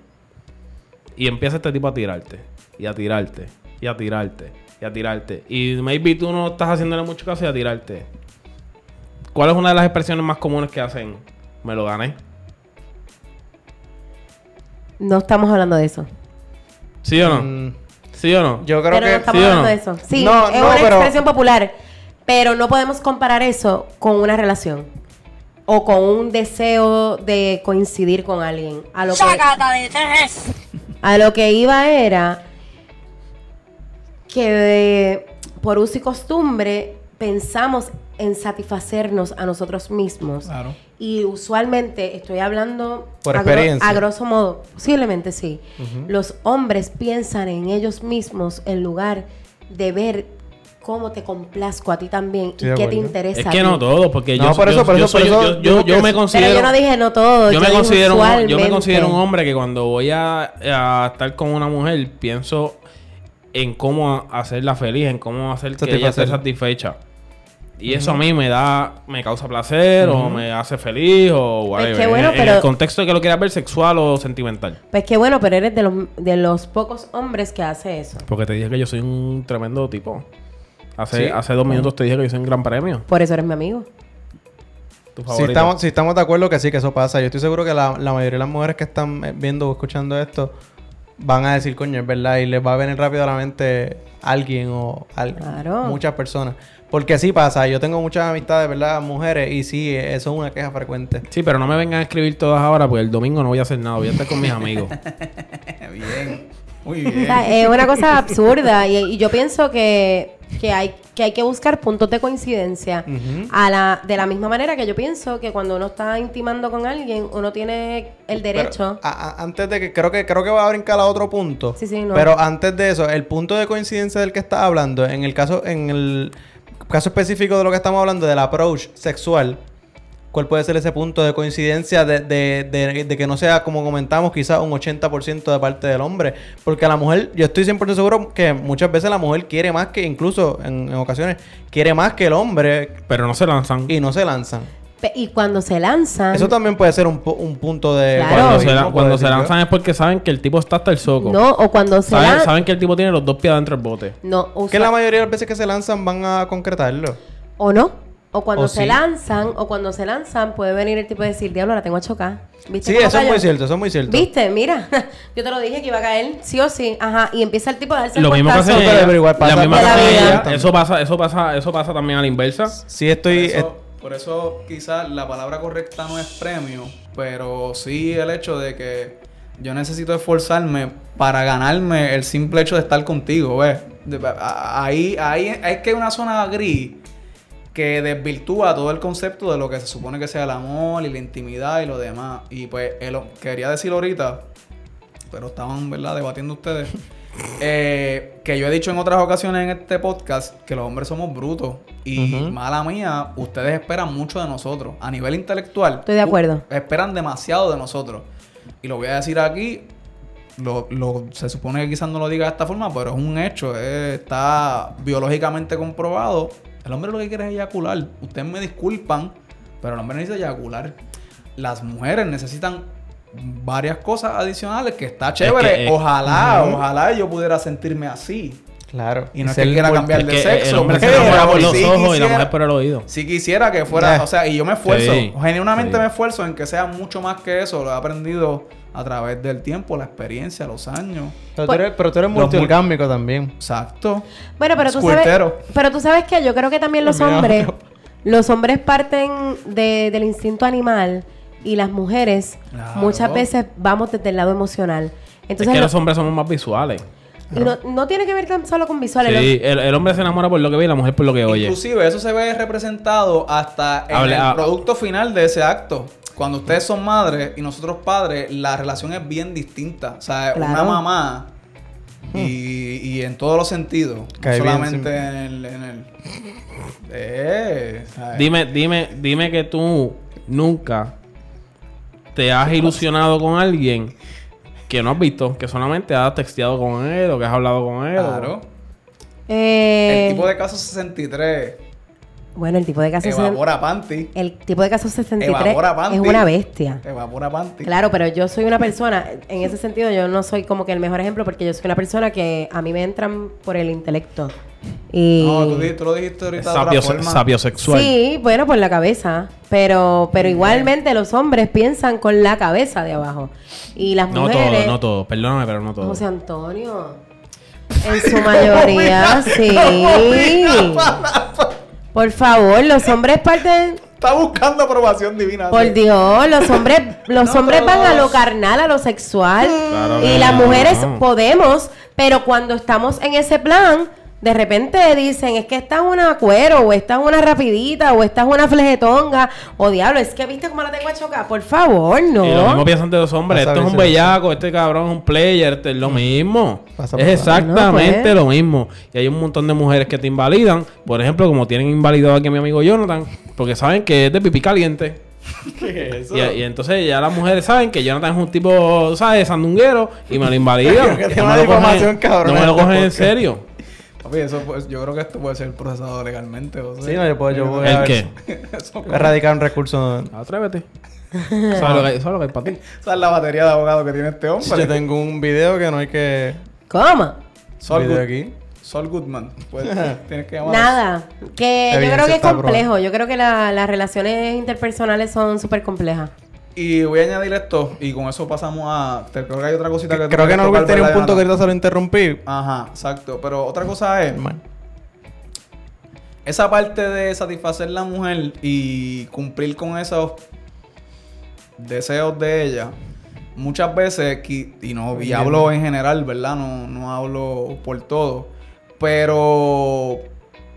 y empieza este tipo a tirarte y a tirarte y a tirarte y a tirarte y maybe tú no estás haciéndole mucho caso y a tirarte. ¿Cuál es una de las expresiones más comunes que hacen? Me lo gané.
No estamos hablando de eso.
¿Sí o no?
Mm,
¿Sí o no?
yo creo
Pero no
que.
está-
estamos
¿sí o
hablando
no?
de eso. Sí,
No,
es
no,
una
pero-
expresión popular. Pero no podemos comparar eso con una relación. O con un deseo de coincidir con alguien. A lo que,
de tres.
a lo que iba era que de- por uso y costumbre pensamos en satisfacernos a nosotros mismos.
Ah.
Claro. <laughs>
Y usualmente estoy hablando
Por
a, gro-
experiencia.
a grosso modo, posiblemente sí. Los hombres piensan en ellos mismos en lugar de ver cómo te complazco a ti también
Estoy
y
de
qué te
acuerdo.
interesa.
Es
a
que
ti.
no todo, porque
No,
yo,
por eso,
yo-
por
yo
eso,
soy-
por
yo-
eso
yo-
digo
yo
que
me
sí.
Pero
considero
yo no dije no todo.
yo, me
dije
considero un, yo me
usualmente.
considero un hombre que cuando voy a, a estar con una mujer pienso en cómo hacerla feliz, en cómo hacer que ella esté
Satisfacerla.
satisfecha. Y eso a mí me da, me causa placer o me hace feliz o whatever.
Pues qué bueno,
en, en
pero-
el contexto de que lo quieras ver sexual o sentimental.
Pues qué bueno, pero eres de los, de los pocos hombres que hace eso.
Porque te dije que yo soy un tremendo tipo. Hace,
Sí.
hace dos minutos te dije que yo soy un gran premio.
Por eso eres mi amigo.
Tu
Si
favorito.
estamos, si estamos de acuerdo que sí, que eso pasa. Yo estoy seguro que la, la mayoría de las mujeres que están eh, viendo o escuchando esto van a decir, coño, es verdad. Y les va a venir rápido a la mente alguien o al-
Claro.
muchas personas. Porque sí pasa, yo tengo muchas amistades, ¿verdad? Mujeres, y sí, eso es una queja frecuente.
Sí, pero no me vengan a escribir todas ahora porque el domingo no voy a hacer nada. Voy a estar con mis <laughs> amigos.
Bien.
<laughs>
Muy
O
bien.
sea, es una cosa absurda y, y yo pienso que, que, hay, que hay que buscar puntos de coincidencia. a la, de la misma manera que yo pienso que cuando uno está intimando con alguien, uno tiene
Pero, ah.
el derecho.
a- a- antes de que creo que creo que va a brincar a otro punto.
Sí, sí, no.
Pero antes de eso, el punto de coincidencia del que estás hablando, en el caso en el caso específico de lo que estamos hablando del approach sexual, ¿cuál puede ser ese punto de coincidencia de, de- de- de que no sea como comentamos, quizás un 80% de parte del hombre? Porque a la mujer, yo estoy 100% seguro que muchas veces la mujer quiere más que incluso en, en ocasiones quiere más que el hombre
Pero no se lanzan.
y no se lanzan.
Pe- Y cuando se lanzan,
Eso también puede ser un, po- un punto de
Ah, Claro.
Cuando, se,
mismo,
lan-
puedo
cuando se
decir yo.
lanzan es porque saben que el tipo está hasta el soco.
no, o cuando se
Saben,
lanzan,
saben que el tipo tiene los dos pies adentro del bote.
no, o,
Que
sea-
la mayoría de las veces que se lanzan van a concretarlo.
o no, o cuando
O
se
sí.
lanzan, o cuando se lanzan, puede venir el tipo y decir, diablo, la tengo a chocar. ¿Viste
Sí,
cómo
eso es
cayó?
muy cierto, eso es muy cierto.
¿Viste? Mira, <laughs> yo te lo dije que iba a caer, sí o sí, ajá, y empieza el tipo a darse el
Lo mismo que
portazo.
hacen
pero-
ellas.
pero igual pasa
La misma
por la
que hacen
vida.
ellas. Eso pasa, eso pasa, eso pasa también a la inversa.
Sí, estoy.
Por eso, por eso quizás la palabra correcta no es premio, pero sí el hecho de que yo necesito esforzarme para ganarme el simple hecho de estar contigo, ¿ves? De- a- ahí, ahí es que hay una zona gris que desvirtúa todo el concepto de lo que se supone que sea el amor y la intimidad y lo demás. Y pues el hom- quería decir ahorita, pero estaban, ¿verdad?, debatiendo ustedes. <laughs> eh, que yo he dicho en otras ocasiones en este podcast que los hombres somos brutos. Y
Ujú.
mala mía, ustedes esperan mucho de nosotros. A nivel intelectual.
Estoy de acuerdo.
u- Esperan demasiado de nosotros. Y lo voy a decir aquí. Lo, lo- se supone que quizás no lo diga de esta forma, pero es un hecho. eh, está biológicamente comprobado. El hombre lo que quiere es eyacular. Ustedes me disculpan, pero el hombre necesita eyacular. Las mujeres necesitan varias cosas adicionales que está chévere.
que, eh,
ojalá, ojalá yo pudiera sentirme así.
Claro.
Y no es
ser
que quiera
muy-
cambiar
Es
de
que
sexo.
el hombre se
pero
enamora por los
sí
ojos y la
quisiera-
mujer por el oído.
si quisiera que fuera,
Eh.
o sea, y yo me esfuerzo,
Sí.
genuinamente
Sí.
me esfuerzo en que sea mucho más que eso, lo he aprendido a través del tiempo, la experiencia, los años.
Pero tú eres, pero tú eres
Los mul-
multiorgásmico también.
Exacto.
Bueno, pero tú
Squirtero.
sabes, pero tú sabes que yo creo que
<laughs>
también los
Me da
hombres,
otro.
los hombres parten de- del instinto animal y las mujeres
Claro.
muchas veces vamos desde el lado emocional. Entonces,
es que
no-
los hombres somos más visuales.
y no, no tiene que ver tan solo con visuales.
Sí, el, el hombre se enamora por lo que ve y la mujer por lo que oye.
Inclusive eso se ve representado hasta en
Hable-
el
ah.
producto final de ese acto. Cuando ustedes son madres y nosotros padres, la relación es bien distinta. O sea, una
Claro. Hmm.
mamá y, y en todos los sentidos,
Cae
no
bien,
solamente
sí.
en el... en el- Eh, o sea,
Dime, dime, dime que tú nunca te has ilusionado con alguien que no has visto, que solamente has texteado con él o que has hablado con él. o-
Claro.
Eh,
El tipo de caso 63
Bueno, el Eh, tipo de caso sesen-
evapora panty.
el tipo de caso 63
Evapora Panty.
es una bestia.
Evapora panty.
Claro, pero yo soy una persona, en ese sentido yo no soy como que el mejor ejemplo porque yo soy una persona que a mí me entran por el intelecto. Y
No, tú, di- tú lo dijiste
Es
ahorita de
sapio,
otra forma.
sexual.
Sí, bueno, por la cabeza. Pero, pero igualmente los hombres piensan con la cabeza de abajo. Y las
No
mujeres.
todo, no todo. Perdóname, pero no todo.
José Antonio. En su mayoría, sí. Por favor, los hombres parten.
Está buscando aprobación divina.
Por Dios, los hombres, los
No
hombres van a lo
todos.
carnal, a lo sexual.
Claro que
y las
no.
mujeres podemos, pero cuando estamos en ese plan, de repente dicen, es que estás una cuero, o estás una rapidita, o estás una flejetonga, o diablo, es que viste cómo la tengo a chocar. Por favor, no.
Y lo mismo piensan de los hombres.
Pasa
Esto es un
viceversa. Mm.
bellaco, este cabrón es un player, este es lo mismo.
Pasa
es
por-
exactamente
No, pues.
lo mismo. Y hay un montón de mujeres que te invalidan. Por ejemplo, como tienen invalidado aquí a mi amigo Jonathan, porque saben que es de pipí caliente. Y, y entonces ya las mujeres saben que Jonathan es un tipo, ¿sabes? Sandunguero y me lo invalidan.
Creo <laughs> que tiene
no,
una
me lo cogen,
difamación
no
cabrona
me lo
en este
cogen
<laughs>
en
podcast.
serio.
Papi, eso pues, yo creo que esto puede ser procesado legalmente. O sea.
Sí, no, yo puedo, yo voy a
¿El qué?
Eso-
<laughs> erradicar un recurso.
<laughs>
Atrévete. ¿Sabes lo que hay, sabes lo que hay para ti?
Esa es la batería de abogado que tiene este hombre.
Yo tengo un video que no hay que.
¿Cómo?
Sol,
un video
Good-
aquí.
Sol Goodman.
<laughs>
Pues, tienes que llamar.
Nada, que yo
Evidencia
creo que es
está aprobada.
complejo. Yo creo que la- las relaciones interpersonales son súper complejas.
Y voy a añadir esto. Y con eso pasamos a. te- creo que hay otra cosita que.
Creo que no
voy
tenía un punto que ahorita se lo interrumpí.
Ajá, exacto. Pero otra cosa es.
Normal.
esa parte de satisfacer la mujer y cumplir con esos deseos de ella, muchas veces, qui- y no, y hablo en general, ¿verdad? No, no hablo por todo, pero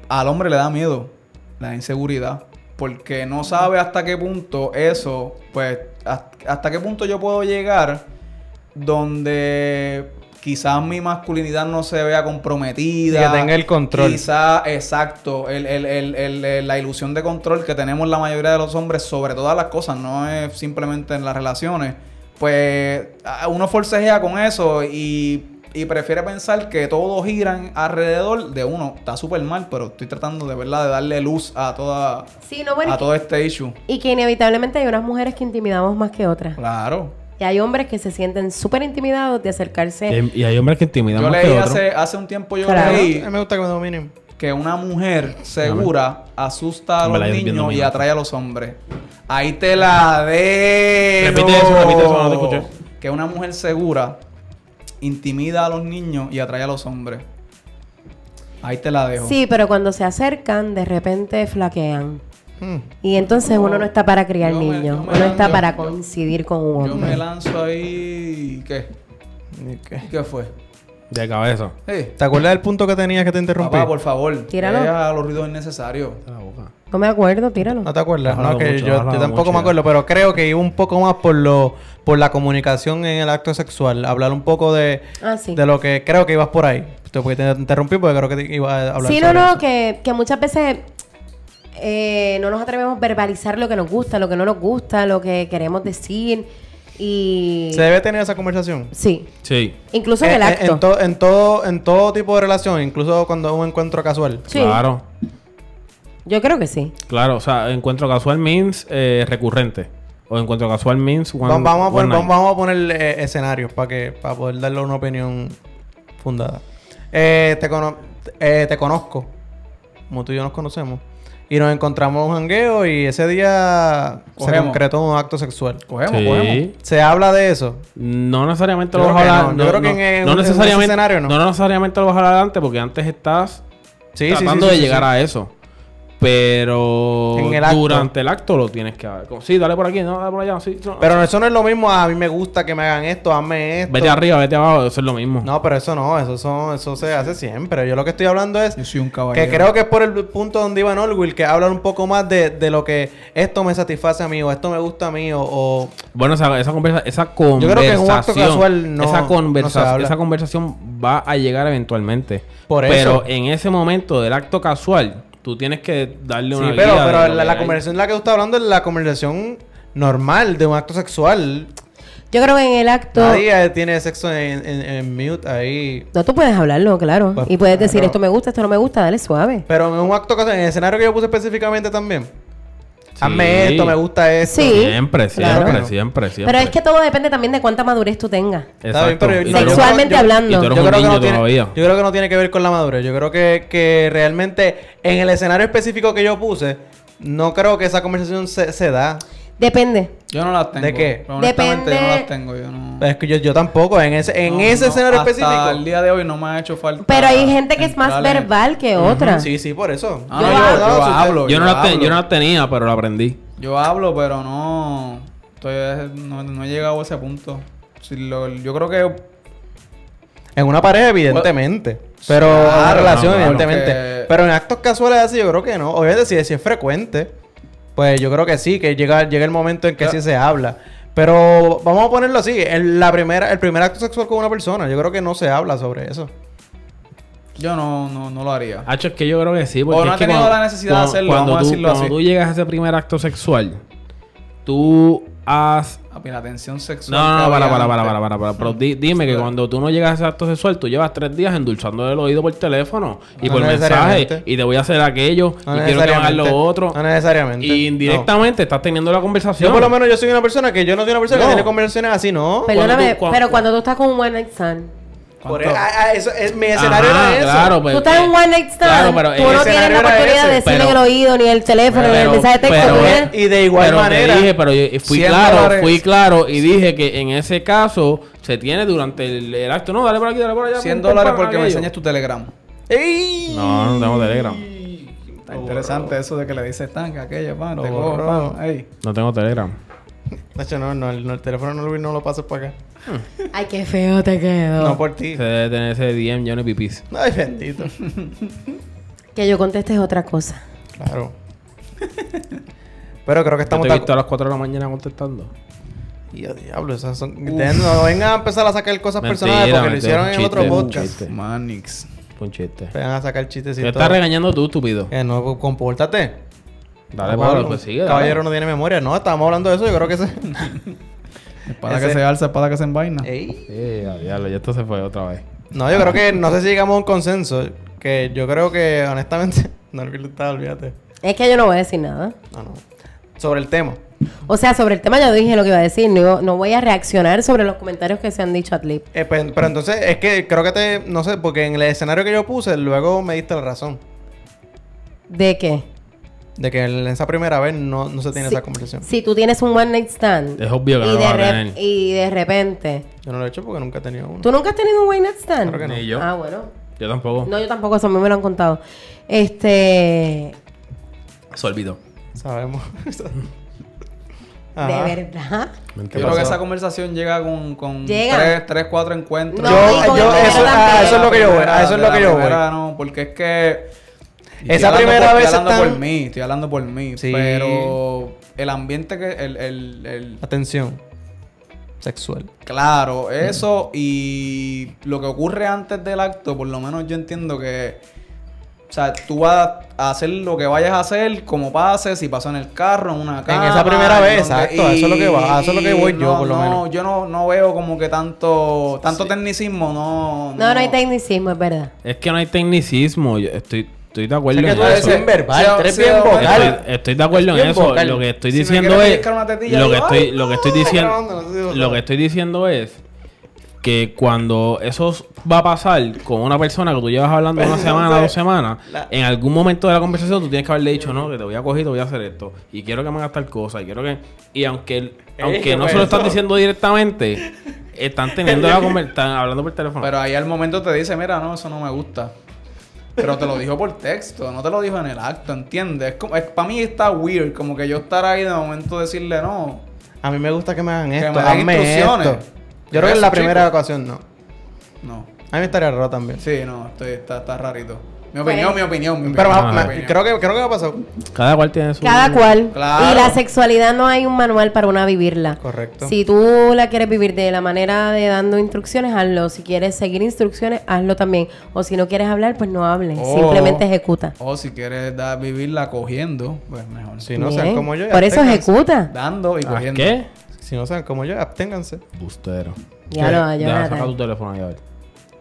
al hombre le da miedo la inseguridad, porque no sabe hasta qué punto eso, pues, has- hasta qué punto yo puedo llegar donde quizás mi masculinidad no se vea comprometida.
Y que tenga el control.
Quizás, exacto, el- el- el- el- el- la ilusión de control que tenemos la mayoría de los hombres sobre todas las cosas, no es simplemente en las relaciones. Pues a- uno forcejea con eso y, y prefiere pensar que todos giran alrededor de uno. Está súper mal, pero estoy tratando de verdad de darle luz a toda
Sí, no, bueno.
a
y que-
todo este issue.
Y que inevitablemente hay unas mujeres que intimidamos más que otras.
Claro.
Y hay hombres que se sienten súper intimidados de acercarse.
Y, y hay hombres que intimidan
Yo
más que
leí
otros.
hace, hace un tiempo yo
Claro.
leí
A mí me gusta que me dominen.
que una mujer segura asusta a los
Me la estoy viendo
niños y
mía.
atrae a los hombres. Ahí te la dejo.
Repite eso, repite eso, no te escuché.
Que una mujer segura intimida a los niños y atrae a los hombres. Ahí te la dejo.
Sí, pero cuando se acercan, de repente flaquean.
Mm.
Y entonces uno no está para criar
Yo me-
niños.
yo me
uno está
lanzo-
para
yo-
coincidir con un
Yo me
hombre.
lanzo ahí. ¿Qué?
¿Y qué?
¿Qué fue?
De cabeza.
Hey,
¿Te acuerdas del punto que tenías que te interrumpí?
papá, por favor.
Tíralo.
Deja los ruidos innecesarios.
No me acuerdo, tíralo.
No te acuerdas,
Has
no,
hablado
que
mucho,
yo,
has hablado
yo tampoco
mucho
me
ya.
acuerdo, pero creo que iba un poco más por lo por la comunicación en el acto sexual, hablar un poco de,
Ah, sí.
de lo que creo que ibas por ahí. Te voy a interrumpir porque creo que te iba a hablar
Sí, no,
sobre
no,
eso.
que, que muchas veces eh, no nos atrevemos a verbalizar lo que nos gusta, lo que no nos gusta, lo que queremos decir. Y.
Se debe tener esa conversación.
Sí.
Sí.
Incluso en
En-
el
en-
acto.
Eh, En, to- en todo en todo tipo de relación, incluso cuando es un encuentro casual.
Sí.
Claro.
Yo creo que sí.
Claro. O sea, encuentro casual means eh, recurrente. O encuentro casual means one,
Va- vamos, a
one
poner,
night.
vamos a poner eh, escenarios para que para poder darle una opinión fundada. Eh, te, cono- eh, te conozco, como tú y yo nos conocemos, y nos encontramos en un jangueo y ese día se
Cogemos.
concretó un acto sexual.
Cogemos,
Sí.
cogemos.
¿Se habla de eso?
No necesariamente
Yo
lo vas a
creo que
hablar.
no. Yo creo que en- en un- en un
necesariamente,
escenario no.
necesariamente lo vas a hablar antes porque antes estás
Sí,
tratando de llegar a eso. Pero
En el acto.
durante el acto lo tienes que como, Sí, dale por aquí, no, dale por allá. Sí, no.
Pero eso no es lo mismo, "Ah, a mí me gusta que me hagan esto, hazme esto.
vete arriba, vete abajo, eso es lo mismo.
No, pero eso no, eso, son, eso se hace siempre. Yo lo que estoy hablando es
Yo soy un caballero.
Que creo que es por el punto donde iba Norwil, que hablan un poco más de, de lo que esto me satisface a mí, o esto me gusta a mí, o. o-
Bueno, esa, esa, conversa, esa conversación.
creo que en un acto casual no-
esa, conversa-
no se habla.
esa conversación va a llegar eventualmente.
Por eso.
Pero en ese momento del acto casual, tú tienes que darle
Sí,
una.
pero,
guía de
pero
lo
la,
que
la
hay.
conversación de la que tú estás hablando es la conversación normal de un acto sexual.
Yo creo que en el acto.
Nadie tiene sexo en, en- en mute ahí.
No, tú puedes hablarlo, claro.
Pues,
y puedes decir,
claro.
esto me gusta, esto no me gusta, dale suave.
Pero en un acto casual, en el escenario que yo puse específicamente también.
Sí.
Hazme esto, me gusta esto.
Sí.
Siempre,
Claro.
siempre,
Claro.
siempre, siempre.
Pero es que todo depende también de cuánta madurez tú tengas.
Exacto.
bien, pero
Y
no-
tú eres-
Sexualmente
yo-
y tú
hablando.
eres
Yo
un
creo, que
niño
no tiene,
todavía.
yo creo que no tiene que ver con la madurez. Yo creo que, que realmente en el escenario específico que yo puse, no creo que esa conversación se, se da.
Depende.
Yo no las tengo.
¿De qué?
Honestamente, yo no
Depende-
las tengo. Yo no.
Pero es que yo, yo tampoco, en ese, en
No,
ese
no,
escenario
hasta El
específico.
día de hoy no me ha hecho falta.
Pero
Ah,
hay gente que es más
entrarle.
verbal que otra.
Sí, sí, por eso.
Ah,
Yo
no,
hablo.
yo, yo
si usted-
hablo.
Yo no, la ten-
hablo.
yo no la tenía, pero la aprendí.
Yo hablo, pero no. Todavía no, no he llegado a ese punto. Si lo- yo creo que.
En una pareja, evidentemente. Pero en una
Claro,
relación,
claro,
evidentemente.
porque-
Pero en actos casuales así, yo creo que no. Obviamente, si, si es frecuente, pues yo creo que sí, que llega, llega el momento en que
Ya.
sí se habla. Pero vamos a ponerlo así: en la primera, el primer acto sexual con una persona, yo creo que no se habla sobre eso.
Yo no, no, no lo haría.
Hacho, es que yo creo que sí.
O
Porque
no
es
ha
que
tenido
cuando-
la necesidad de
cuando-
hacerlo, vamos
cuando
a
tú-
decirlo
Cuando
así.
tú llegas a ese primer acto sexual, tú has
A mi atención sexual.
No, no,
que
no, para,
había
para, para,
antes.
para, para, para. Pero di- dime que cuando tú no llegas a ese acto sexual, tú llevas tres días endulzando el oído por teléfono y
No
por mensaje
necesariamente.
y te voy a hacer aquello
No
y quiero que me hagas lo otro.
No necesariamente.
y indirectamente estás teniendo la
No.
conversación.
Yo por lo menos yo soy una persona que yo no soy una persona
No.
que tiene conversaciones así, ¿no?
Pero-
Perdóname,
cuando tú- cua-
pero cuando tú estás con un one night stand,
Por
¿Cuánto?
ah, ah, eso, es, mi
Ajá,
escenario era eso.
Claro, pues,
tú estás en
eh,
un one night stand,
claro, pero
tú
el
no tienes la
escenario era
oportunidad de
ese,
decirle
pero-
en el oído, ni el teléfono, ni el mensaje de texto.
pero- eh,
tú tienes-
Y de igual
pero te
manera-
dije, pero yo- y fui
100
claro,
dólares.
fui claro y dije que en ese caso se tiene durante el, el acto. No, dale por aquí, dale por allá.
100
pum, pum,
dólares
pam,
porque me
aquello.
enseñes tu Telegram.
¡Ey!
No, no tengo Telegram.
Está interesante eso de que le dices tanque aquello, pan, te
Lo
cojo,
borró.
pan, ey.
No tengo Telegram.
Nacho, no, no, el, no, el teléfono no, lo- no lo pases para acá.
Ay, qué feo te quedó.
No por ti.
Se debe tener ese DM Johnny Pipis.
Ay, bendito.
Que yo conteste es otra cosa.
Claro. Pero creo
Yo
que estamos...
te he
tan-
visto a las 4 de la mañana contestando.
Ya, diablo, esas son... Ustedes No vengan a empezar a sacar cosas
Mentira,
personales porque lo
mentira,
hicieron
un
en otro
chiste, un
podcast.
chiste.
Manix.
Fue un chiste.
Te van a sacar chistes
Te
y
estás
todo.
regañando tú, estúpido.
Eh, no, compórtate.
Dale,
No,
Pablo,
Pablo,
pues sigue.
un
dale.
Caballero no tiene memoria. No, estábamos hablando de eso. Yo creo que se...
Espada
Ese-
que se alza, espada que se envaina.
Ey.
Eh, a diablo, ya esto se fue otra vez.
No, yo creo que... No sé si llegamos a un consenso. Que yo creo que, honestamente... <laughs> No, olvídate, olvídate.
Es que yo no voy a decir nada.
No, no. Sobre el tema.
O sea, sobre el tema yo dije lo que iba a decir. No, no voy a reaccionar sobre los comentarios que se han dicho a Tlip.
Eh, pues, pero entonces, es que creo que te... No sé, porque en el escenario que yo puse, luego me diste la razón.
¿De qué?
De que en esa primera vez no, no se tiene
Sí.
esa conversación.
Si tú tienes un one night stand.
Es obvio que
y
no lo
de
vas a
rep-
tener.
Y de repente.
Yo no lo he hecho porque nunca he tenido uno.
¿Tú nunca has tenido un one night stand?
Claro que no.
Ni yo.
Ah, bueno.
Yo tampoco.
No, yo tampoco, eso a mí me lo han contado. Este.
Se olvidó.
Sabemos. <laughs>
De
Ajá.
verdad.
Yo
Mentira.
creo
pasó?
que esa conversación llega con, con
Llega.
tres, tres, cuatro encuentros.
No,
Yo-
digo,
yo-
no,
eso-
pero
ah, eso es lo que yo voy,
De la
ah, eso es lo
primera-
que
de
yo
la
voy.
primera, no, porque es que
Esa
Estoy hablando
primera
por-
vez
Estoy hablando
están-
por mí, estoy hablando por mí.
Sí.
Pero el ambiente que. El, el, el-
Atención. Sexual.
claro, eso y lo que ocurre antes del acto, por lo menos yo entiendo que. O sea, tú vas a hacer lo que vayas a hacer, como pase, si pasó en el carro, en una cama.
esa primera vez,
donde-
exacto, a eso es lo que va- a eso es lo que voy yo,
no,
por lo
no,
menos.
Yo no, no veo como que tanto tanto tecnicismo, no.
No, no hay tecnicismo, es verdad.
Es que no hay tecnicismo. yo estoy, estoy de acuerdo
Es que
en
tú
eso.
eres
veces-
bien verbal,
se-
tú eres
se-
bien
se-
vocal.
Estoy, estoy de acuerdo en
Bien
eso.
vocal.
Lo que estoy
Si me
diciendo
quieres
es.
pellizcar una tetilla,
Lo que
yo,
estoy,
ay,
lo que estoy diciendo. Lo que estoy diciendo es que cuando eso va a pasar con una persona que tú llevas hablando
<laughs>
una semana, dos semanas, en algún momento de la conversación tú tienes que haberle dicho, no, que te voy a coger y te voy a hacer esto. Y quiero que me hagas tal cosa. Y quiero que. Y aunque,
<laughs>
el- aunque
pues
no se lo estás diciendo directamente, están teniendo la conversación, están hablando por teléfono.
Pero ahí al momento te dice, mira, no, eso no me gusta. Pero te lo dijo por texto, no te lo dijo en el acto, ¿entiendes? Es como, es, para mí está weird, como que yo estar ahí de momento decirle no.
A mí me gusta que me hagan esto.
me den
hazme
instrucciones.
esto. Yo creo que en
Eso,
la primera
chico.
ocasión no.
No.
A mí me estaría raro también.
Sí, no, estoy, está, está rarito. Mi
Pues-
opinión, mi opinión, mi opinión.
Pero
Ajá.
me-
mi
me-
opinión.
creo que creo que me ha pasado.
Cada cual tiene su.
Cada cual.
Claro.
Y la sexualidad no hay un manual para una vivirla.
Correcto.
Si tú la quieres vivir de la manera de dando instrucciones, hazlo. Si quieres seguir instrucciones, hazlo también. O si no quieres hablar, pues no hables.
Oh.
O-
Simplemente ejecuta.
O si quieres dar, vivirla cogiendo, pues mejor.
Si no sean
Bien.
como yo.
Por eso
absténganse.
ejecuta.
Dando y
¿Ah,
cogiendo.
¿Qué?
Si no sean como yo, absténganse.
Bustero.
Ya lo va,
Ya, saca tu
Jonathan.
teléfono ahí, a ver.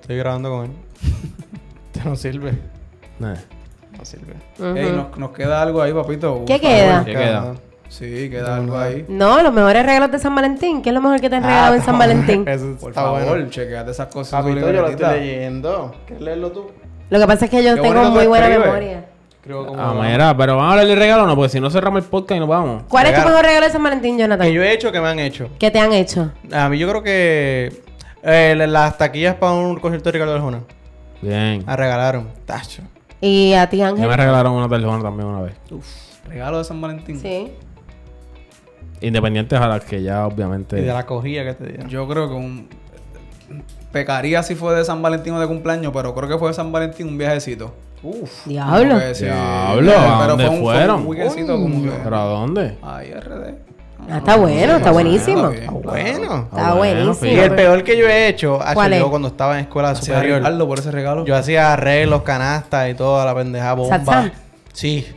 Estoy grabando con
<laughs>
él. Te no sirve.
Nah.
No sirve.
Ujú.
Ey, nos, nos queda algo ahí, papito.
¿Qué
Por
queda?
favor.
¿Qué
Cada-
Ah,
queda?
Sí, queda algo ahí.
No, los mejores regalos de San Valentín. ¿Qué es lo mejor que te han regalado
Ah,
en San
está- <laughs>
Valentín?
Eso
Por
está
favor,
bueno.
chequeate esas cosas. en tu
Papito, yo lo estoy
libretita.
leyendo. ¿Quieres leerlo tú?
Lo que pasa es que yo
Qué
tengo
bonito
muy
tú
buena
escribes.
memoria.
Creo como...
Ah, mira, pero vamos a hablar del regalo o no, porque si no cerramos el podcast y nos vamos.
¿Cuál es tu
Regalo.
mejor regalo de San Valentín, Jonathan?
Que yo he hecho que me han hecho.
¿Qué te han hecho?
A mí yo creo que... eh, la- las taquillas para un concierto de Ricardo Arjona.
Bien.
La regalaron. Tacho.
¿Y a ti,
Ya
Ángel?
me regalaron una teléfono también una vez.
Uf, regalo de San Valentín.
Sí.
Independientes a las que ya
Y de
obviamente.
la cogida que te dieron.
Yo creo que un... Pecaría si fue de San Valentín o de cumpleaños, pero creo que fue de San Valentín un viajecito. Uf.
Diablo.
Diablo, ¿a dónde fueron?
un weekendcito como que...
¿Pero a dónde?
Ay, RD.
Ah, está bueno, está buenísimo.
bien.
Ah, bueno.
Está
Ah, bueno,
buenísimo.
fíjate.
Y el peor que yo he hecho... ha
¿Cuál
sido
es?
yo cuando estaba en escuela
Gracias a
superior.
Ricardo por ese regalo.
Yo hacía arreglos, canastas y toda la pendejada bomba.
Satsang.
Sí.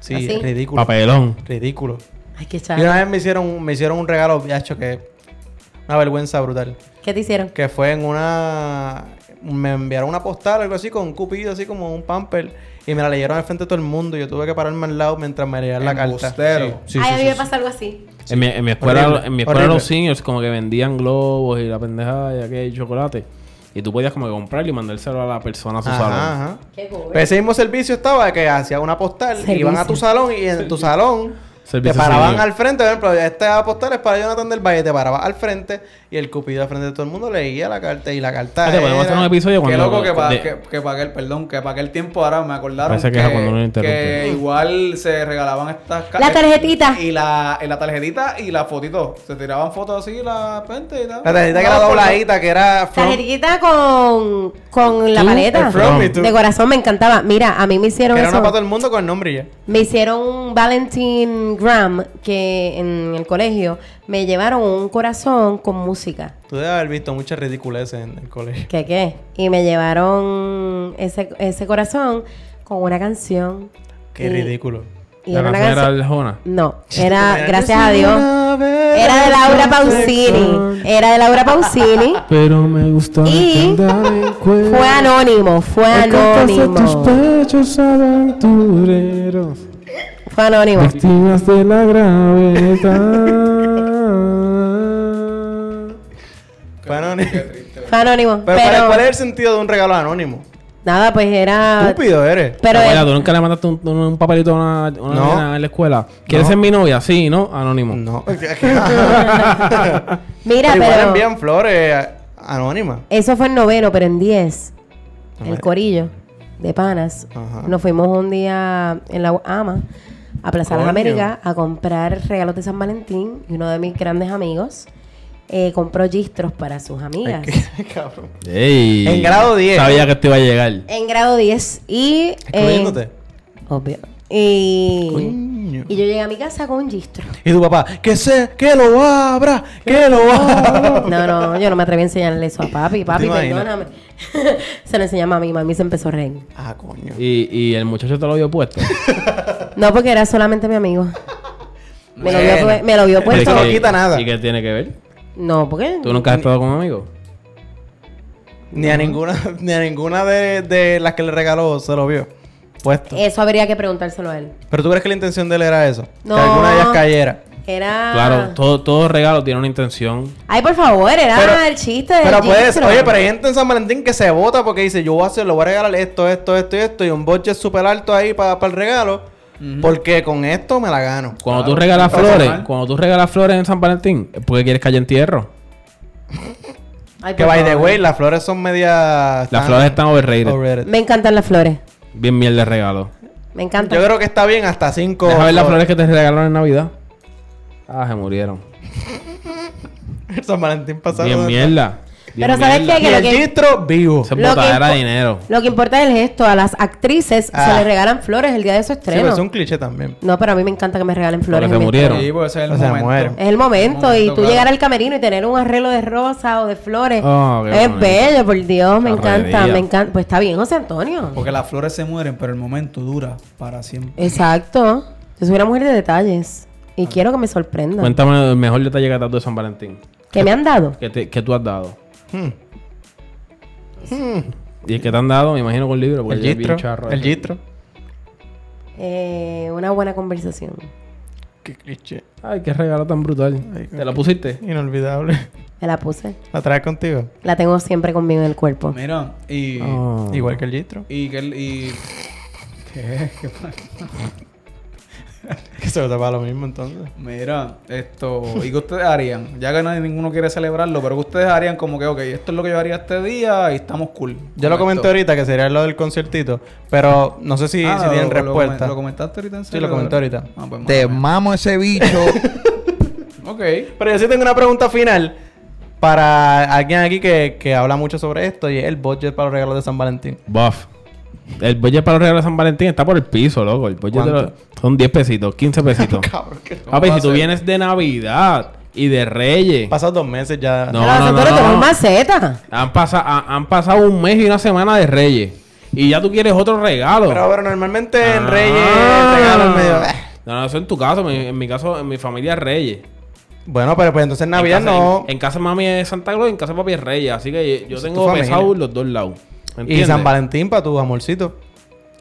Sí,
¿Así?
ridículo.
Papelón.
Ridículo.
Ay, qué
Y
chaval.
una vez me hicieron, un- me hicieron un regalo, biacho, que... Una vergüenza brutal.
¿Qué te hicieron?
que fue en una me enviaron una postal o algo así con un cupido así como un pamper y me la leyeron al frente de todo el mundo y yo tuve que pararme al lado mientras me leían la carta
Embustero.
sí, sí,
Ay,
sí,
a mí
sí,
me
sí.
pasa algo así.
En mi, en mi escuela,
Horrible,
en mi escuela
horrible.
los seniors como que vendían globos y la pendejada y aquel chocolate. Y tú podías como que comprarlo y mandárselo a la persona a su
Ajá,
salón.
ajá.
Qué
Pero ese mismo servicio estaba que hacía una postal y
Servicio.
iban a tu salón y en tu salón
Servicio
te paraban
civil.
al frente, por ejemplo, este apostar es para Jonathan del Valle, te parabas al frente y el cupido al frente de todo el mundo leía la carta y la carta
Ah, te podemos
era-
hacer un episodio
Qué
cuando...
loco que para,
de-
que, que para aquel, perdón, que para aquel tiempo ahora me acordaron
Parece
que,
que es cuando uno interrumpe.
que igual se regalaban estas ca-
La tarjetita.
Y la, y la tarjetita y la fotito. Se tiraban fotos así, la gente y tal. pues,
La tarjeta que era dobladita, que era... front-
Tarjetita con, con la
Tú,
paleta.
el from
y tú.
De corazón me encantaba. Mira, a mí me hicieron
que era
eso.
una para todo el mundo con el nombre y ya.
Me hicieron un Valentine Gram que en el colegio me llevaron un corazón con música.
Tú debes haber visto muchas ridiculeces en el colegio.
¿Qué qué? Y me llevaron ese, ese corazón con una canción.
Qué
Y-
ridículo.
y
la
era una
canción era
canción-
Arjona.
No,
Este
era, gracias a Dios. Era de Laura Pausini. Era de Laura Pausini.
Pero me gusta
Y
andar en cuero.
<laughs> Fue anónimo, fue anónimo.
pechos aventureros.
Fue anónimo.
Víctimas de la gravedad.
Fue anónimo.
Fue anónimo.
Pero, ¿cuál-
Pero
¿cuál es el sentido de un regalo anónimo?
nada, pues era.
Estúpido eres.
Pero
Abuela,
él-
¿tú nunca le mandaste un, un- un papelito a una, a una
No.
nena en la escuela? ¿Quieres
No.
ser mi novia? Sí, ¿no? Anónimo.
No. pero
mira,
igual
pero.
envían flores a- anónimas.
Eso fue en noveno, pero en 10, el
Ajá.
corillo de panas,
Ajá.
nos fuimos un día en la AMA a Plaza de
Coño.
las Américas a comprar regalos de San Valentín y uno de mis grandes amigos eh, compró gistros para sus amigas.
Ay, qué- <laughs> Cabrón.
Ey.
En grado 10.
Sabía que te iba a llegar.
En grado 10 y... eh,
Excluyéndote.
obvio. Y,
Coño.
y yo llegué a mi casa con
<laughs>
un gistro.
Y tu papá, que se, que lo abra, que lo abra.
No, no, yo no me atreví a enseñarle eso a papi. Papi,
imaginas?
perdóname. <laughs> se lo enseñé a mami. Mami se empezó a reír.
Ah, coño.
Y, y el muchacho te lo había
<laughs>
puesto.
No, porque era solamente
<laughs>
mi amigo. Me
Bueno.
lo vio, pu- me lo vio
Pero
puesto.
no
¿y qué-
quita nada.
¿Y qué tiene que ver?
No, porque
¿Tú nunca has estado con un amigo?
Ni a ninguna, <laughs> ni a ninguna de, de las que le regaló se lo vio puesto.
eso habría que preguntárselo a él.
Pero tú crees que la intención de él era eso.
No.
Que alguna de ellas cayera.
Era.
Claro, todo, todo regalo tiene una intención.
Ay, por favor, era
Pero-
el chiste. del
Pero puedes,
gistro.
oye, pero hay gente en San Valentín que se vota porque dice, yo voy a hacer, lo voy a regalar esto, esto, esto y esto, y un budget súper alto ahí para el regalo, porque con esto me la gano.
Cuando
Claro,
tú regalas
no pasa
flores,
nada.
cuando tú regalas flores en San Valentín, es porque quieres que haya entierro.
Ay, por
Que by the
favor.
way, las flores son media...
Las flores están overrated.
Ah. overrated.
Me encantan las flores.
Bien mierda de regalo.
Me encantan.
Yo creo que está bien hasta cinco.
Deja ver las flores que te regalaron en Navidad. Ah, se murieron.
El <laughs> San Valentín pasado.
Bien mierda. Bien
Pero ¿sabes
mierda.
qué?
Y el distro vivo.
Eso es
Lo que
botadera de
impo-
dinero.
Lo que importa es el gesto. A las actrices se
Ah.
les regalan flores el día de su
Sí,
estreno.
pero es un cliché también.
No, pero a mí me encanta que me regalen flores.
Porque se
en mi
murieron.
estreno.
Sí, pues ese es el
O sea, mueren.
momento.
Es el momento.
El
y tú
momento, claro.
llegar al camerino y tener un arreglo de rosa o de flores.
Oh, qué
es
bonito.
bello, por Dios. Me
La
encanta,
joyería.
me encanta. Pues está bien, José Antonio.
Porque las flores se mueren, pero el momento dura para siempre.
Exacto. Yo soy una mujer de detalles. Y quiero que me sorprenda.
Cuéntame el mejor detalle que te has dado de San Valentín.
¿Qué me han dado?
Que, te- que tú has dado.
Hmm. Hmm.
Y el que te han dado, me imagino con libro, porque
El
yo es bien
gistro.
charro
El
ese.
gistro.
Eh, una buena conversación.
Qué cliché.
Ay, qué regalo tan brutal.
Ay,
¿Te la pusiste?
Inolvidable. <laughs>
Me la puse.
¿La traes contigo?
La tengo siempre conmigo en el cuerpo.
Mira, y.
Oh.
Igual que el gistro.
Y que el- y- ¿Qué? ¿Qué pasa?
Que <laughs> se vota para lo mismo entonces.
Mira, esto, ¿y qué ustedes harían? Ya que nadie, ninguno quiere celebrarlo, pero ¿qué ustedes harían como que, ok, esto es lo que yo haría este día y estamos cool?
Yo lo comenté ahorita que sería lo del conciertito, pero no sé si,
Ah,
si
lo-
tienen
lo- lo comen-
respuesta.
Lo, comentaste ahorita en
Sí,
serio?
lo comenté ahorita.
Ah, pues,
Te
mátame.
mamo ese bicho.
Ok.
Pero yo sí tengo una pregunta final para alguien aquí que, que habla mucho sobre esto y es el budget para los regalos de San Valentín.
Buff. El budget para los regalos de San Valentín está por el piso, loco. El budget de
¿Cuánto?
los- son 10 pesitos, 15 pesitos.
<laughs> Cabrón, que
Papi,
va a
si tú
ser?
vienes de Navidad y de Reyes,
pasan dos meses ya.
No,
Pero,
no,
José
no,
Antonio, tú
no.
eres un maceta.
han, pasa- ha- han pasado un mes y una semana de Reyes. Y ya tú quieres otro regalo.
Pero, pero normalmente en
Ah.
Reyes el regalo es medio.
No, no, eso en tu caso. mi- En mi caso, en mi familia es Reyes.
Bueno, pero pues entonces en Navidad
en casa,
no.
En, en casa mami es Santa Claus y en casa papi es Reyes. Así que yo
Es
tengo
tu familia.
pesado los dos lados. ¿me
y
entiendes?
San Valentín para tu amorcito.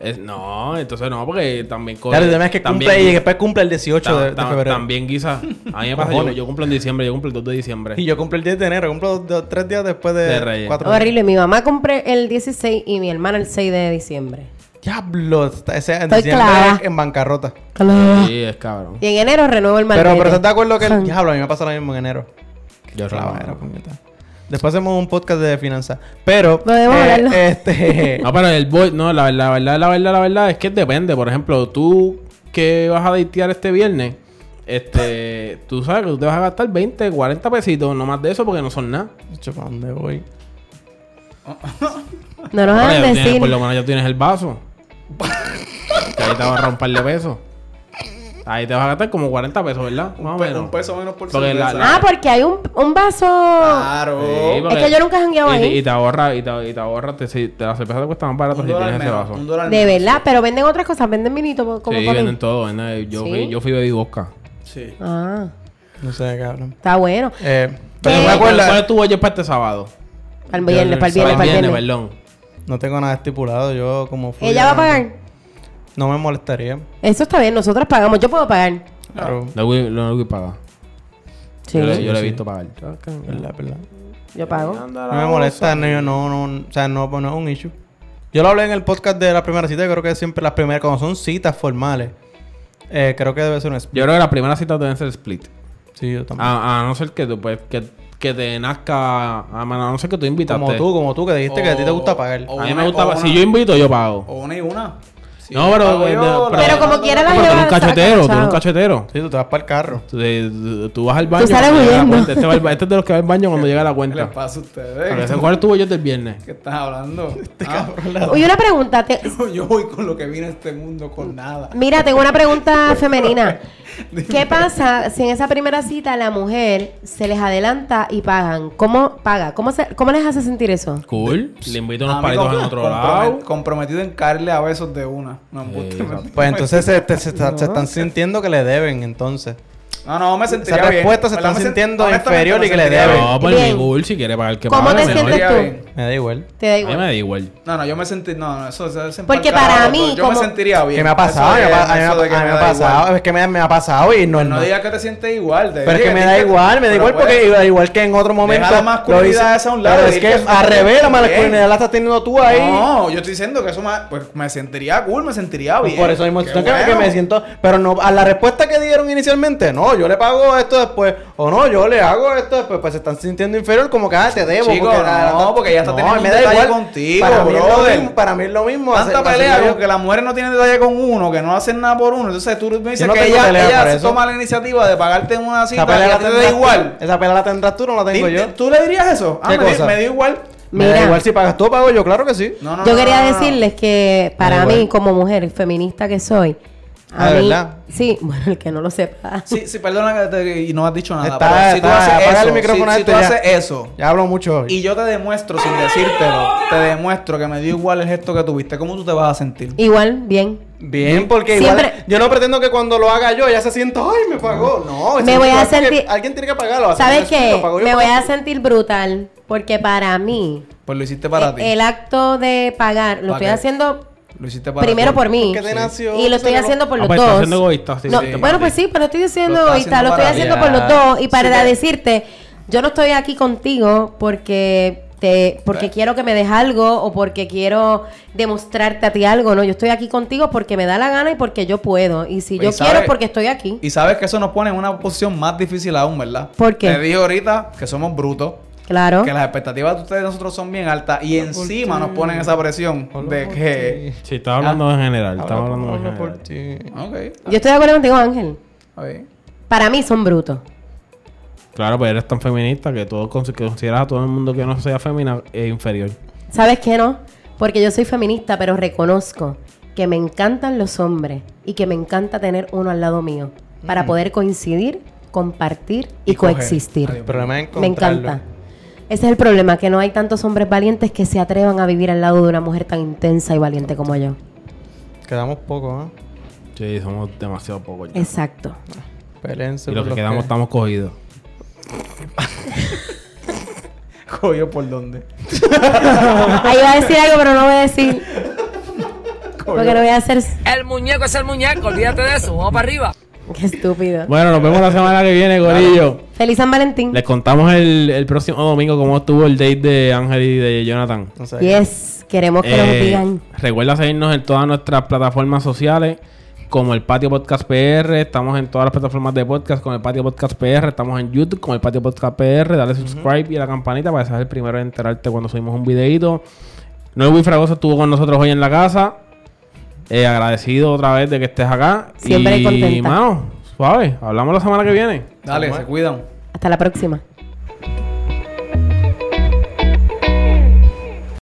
Es- no, entonces no, porque también... coge-
Claro, el tema es que
también-
cumple y después cumple el 18
Ta-
de, de
ta-
febrero.
También quizás. A
<laughs>
mí me pasa, yo,
Cojones.
yo cumplo en diciembre, yo cumplo el 2 de diciembre.
Y yo cumplo el 10 de enero, cumplo dos- dos- tres días después de,
De Reyes.
cuatro días.
Horrible. Mi mamá compré el 16 y mi hermana el 6 de diciembre.
Diablo, está- ese, en
Estoy
diciembre
clara.
en bancarrota.
Claro.
Sí, es cabrón.
Y en enero renuevo el
Pero,
maldito.
pero ¿estás de acuerdo que el,
Ajá.
diablo, a mí me pasa lo mismo en enero?
Yo
Clavadera, puñeta. Después hacemos un podcast de finanzas. Pero, eh,
Podemos hablarlo.
<laughs>
este, <laughs>
No, pero el boy, no, la, la verdad, la verdad, la verdad es que depende. Por ejemplo, tú que vas a datear este viernes, este, tú sabes que tú te vas a gastar 20, 40 pesitos, no más de eso, porque no son nada.
Yo, ¿pa' dónde voy?
No nos
Ahora ya
hagan
tienes-
Ah, decir.
por lo menos ya tienes el vaso. que ahí te vas a romper de peso. Ahí te vas a gastar como 40 pesos, ¿verdad? Más o
Un pe-
menos.
un peso menos por
Porque la-
cerveza.
la-
Ah, porque hay un, un vaso.
Claro.
Sí, porque-
que yo nunca he jangueado
y-
ahí.
Y te ahorra, y te, y te ahorra, te, si, te, la cerveza te cuesta más barato
un
si
dólar
tienes ese
menos.
vaso.
Un dólar
De
menos.
verdad, pero venden otras cosas, venden vinito como
Sí,
para
venden
mí.
todo, ¿verdad? Yo,
¿Sí?
fui, yo fui bebí vodka.
Sí.
Ah,
No sé, cabrón.
está bueno.
Eh, pero
¿Qué?
me
¿Cuál cuál
acuerdo.
es tu budget para este sábado?
Para el viernes, para el viernes, para el viernes.
perdón.
No tengo nada estipulado. Yo, como fui.
Ella va a pagar.
No me molestaría.
Eso está bien, nosotras pagamos, yo puedo pagar.
Ah.
Pero,
No voy, no voy a pagar.
Sí,
Yo,
yo,
le- yo le he
Sí.
visto pagar.
verdad, verdad.
pago.
No me molesta, no, yo no, no, o sea, no, pues no es un issue. Yo lo hablé en el podcast de la primera cita, creo que siempre las primeras, cuando son citas formales, eh, creo que debe ser un split.
Yo creo que la primera cita debe ser split.
Sí, yo también.
A,
Ah,
a no ser que tú, pues, que, que te nazca. A, a no ser que tú invitas.
como tú, como tú, que dijiste que a ti te gusta pagar.
O-
A mí
una-
me gusta.
o
pa-
una-
Si yo invito, yo pago.
O una y una. Si
No,
yo
pero-
pago
de-
yo,
pero-
la-
Pero como quiera la
Pero tú eres un
lleva.
cachetero, tú eres un cachetero.
Sí, tú te vas para el carro.
Tú, eh, tú- tú vas al baño.
sales
cuando llega la
huyendo.
cuenta. Este, va al ba- este es de los que va al baño cuando llega la
¿Qué les
cuenta.
pasa a
A
ustedes?
veces, ¿Cuál es tu budget del viernes?
¿Qué
<laughs>
estás hablando?
este
Ah,
Oye, una pregunta. te-
Yo voy con lo que vine a este mundo, con nada.
Mira, tengo una
<laughs>
pregunta femenina. ¿Qué pasa si en esa primera cita la mujer se les adelanta y pagan? ¿Cómo paga? ¿Cómo, se, cómo les hace sentir eso?
Cool. Le invito unos
A mí
palitos
<laughs> com-
en otro
compromet-
lado.
Comprometido en caerle a besos de una. No, embuste,
Sí,
me-
exacto.
Pues entonces se, te- se está- se están sintiendo que le deben, entonces.
No, no, me sentiría
Esa
bien.
respuesta se
¿Verdad?
están
Me sen-
sintiendo
honestamente,
inferior
me
y que le
sentiría
deben.
bien.
No, por mi
Bien.
cool, si quiere pagar que
¿Cómo
pague,
te
mejor.
Me
sientes
sentiría
tú?
bien.
Me da igual.
Te da
A mí
igual.
me da igual.
No, no, yo me sentí... No, no, eso, eso es
Porque
empalcado,
para mí,
Yo me
como-
sentiría bien.
Que me ha pasado,
Eso
me ha
de-
pa- a mí me
eso de que
ha- a mí
me
me ha
da igual. Pues
pasado, es que me me ha pasado y no es
No
nada.
digas que te sientes igual. te
Pero es
diga
que me
te-
da igual, me da
pero pues,
igual
puedes-
porque al igual que en otro momento.
la masculinidad
lo hice-
esa a un lado
Pero
y
es que
eso
al
está
revés, la
bien.
masculinidad la estás teniendo tú ahí.
No, yo estoy diciendo que eso me, pues, me sentiría cool, me sentiría bien.
Pues Por eso mismo,
Qué
no que, me- que
bueno.
me siento. Pero no, a la respuesta que dieron inicialmente, no, yo le pago esto después, o no, yo le hago esto después, pues se están sintiendo inferior, como que ah, te debo.
Chico,
la-
no,
la-
porque ya está teniendo
me
un
da
detalle contigo,
para mí, es lo
brother.
mismo, para mí es lo mismo.
Tanta
hacer-
pelea
hacer-
con que las mujeres no tienen detalle con uno, que no hacen nada por uno. Entonces tú me dices
no
que
tengo
ella,
pelea
ella
por
se
eso.
toma la iniciativa de pagarte en una cita
esa
y
pelea
a
la
ti te
tendrás
da
tú,
igual.
Esa pelea la tendrás tú, no la tengo
Di-
yo.
¿Tú le dirías eso? Ah,
¿Qué
me, di-
cosa?
me dio igual.
Me da
Mira.
igual si pagas tú, pago yo, claro que sí.
No, no,
Yo
no,
quería
no, no, no.
decirles que para
Ah,
mí,
bueno.
como mujer feminista que soy, a
Ah, ¿de
mí,
verdad?
sí, <laughs> bueno, el que no lo sepa.
Sí, sí, perdona que te- y no has dicho nada.
Está-
pero si tú
está,
haces
apaga
eso,
el micrófono
si, si
este
tú
ya.
haces eso
Ya hablo mucho hoy.
y yo te demuestro sin decírtelo, te demuestro que me dio igual el gesto que tuviste, ¿cómo tú te vas a sentir?
Igual, bien.
Bien, porque igual
Siempre-
yo no pretendo que cuando lo haga yo ya se sienta, ay, me pagó. No,
Me
ese
voy a
tipo,
sentir-
porque Alguien tiene que pagarlo. así
¿Sabes
que me
qué?
explico, pago yo,
Me
pago
voy a
tú.
sentir brutal porque para mí
Pues lo hiciste para
e-
ti.
el acto de pagar lo
¿Para
estoy
qué?
haciendo
Lo hiciste para
primero
ti.
por mí
Porque te nació,
y lo estoy
pero-
haciendo por
Ah,
los
pues, estás
dos.
siendo egoísta, sí,
No,
sí,
bueno,
para
pues
ti.
sí, pero estoy diciendo
Lo estás
egoísta, lo
haciendo
estoy
para ti.
haciendo por los dos y para
Sí, te-
decirte yo no estoy aquí contigo porque te porque quiero que me des algo o porque quiero demostrarte a ti algo, no, yo estoy aquí contigo porque me da la gana y porque yo puedo y si
Y
yo
sabes-
quiero porque estoy aquí.
Y sabes que eso nos pone en una posición más difícil aún, ¿verdad?
¿Por qué?
Te dije ahorita que somos brutos,
Claro.
que las expectativas de ustedes y nosotros son bien altas y encima nos ponen esa presión de que...
Sí, estaba hablando en general. Estaba
Hablo-
hablando en
hablo por
general.
ti.
Ok,
Yo estoy de acuerdo contigo, Ángel.
a <laughs> ver.
Para mí son brutos.
Claro, pero eres tan feminista que todo cons- que consideras a todo el mundo que no sea femina es inferior.
¿Sabes qué no? Porque yo soy feminista, pero reconozco que me encantan los hombres y que me encanta tener uno al lado mío para poder coincidir, compartir y,
Y coger.
coexistir.
Adiós.
El problema es
Me
encontrarlo.
encanta. Ese es el problema, que no hay tantos hombres valientes que se atrevan a vivir al lado de una mujer tan intensa y valiente como yo.
Quedamos poco, ¿eh?
Sí, somos demasiado pocos. ya.
Exacto.
Pelense.
Y los que quedamos estamos cogidos.
¿Cogió por dónde?
Ahí iba a decir algo, pero no voy a decir. Porque no voy a hacer...
El muñeco es el muñeco, olvídate de eso, vamos para arriba.
Qué estúpido.
Bueno, nos vemos la semana que viene, gorillo.
Feliz San Valentín.
Les contamos el, el próximo domingo cómo estuvo el date de Ángel y de Jonathan.
No sé.
Yes, queremos que nos
Eh,
digan.
Recuerda seguirnos en todas nuestras plataformas sociales, como el Patio Podcast PR. Estamos en todas las plataformas de podcast con el Patio Podcast PR. Estamos en YouTube con el Patio Podcast PR. Dale subscribe y a la campanita para que seas el primero en enterarte cuando subimos un videito. Noel Fragoso estuvo con nosotros hoy en la casa. Eh, agradecido otra vez de que estés acá.
Siempre
y,
contenta.
mano, suave. Hablamos la semana que viene.
Dale,
Vamos.
se cuidan.
Hasta la próxima.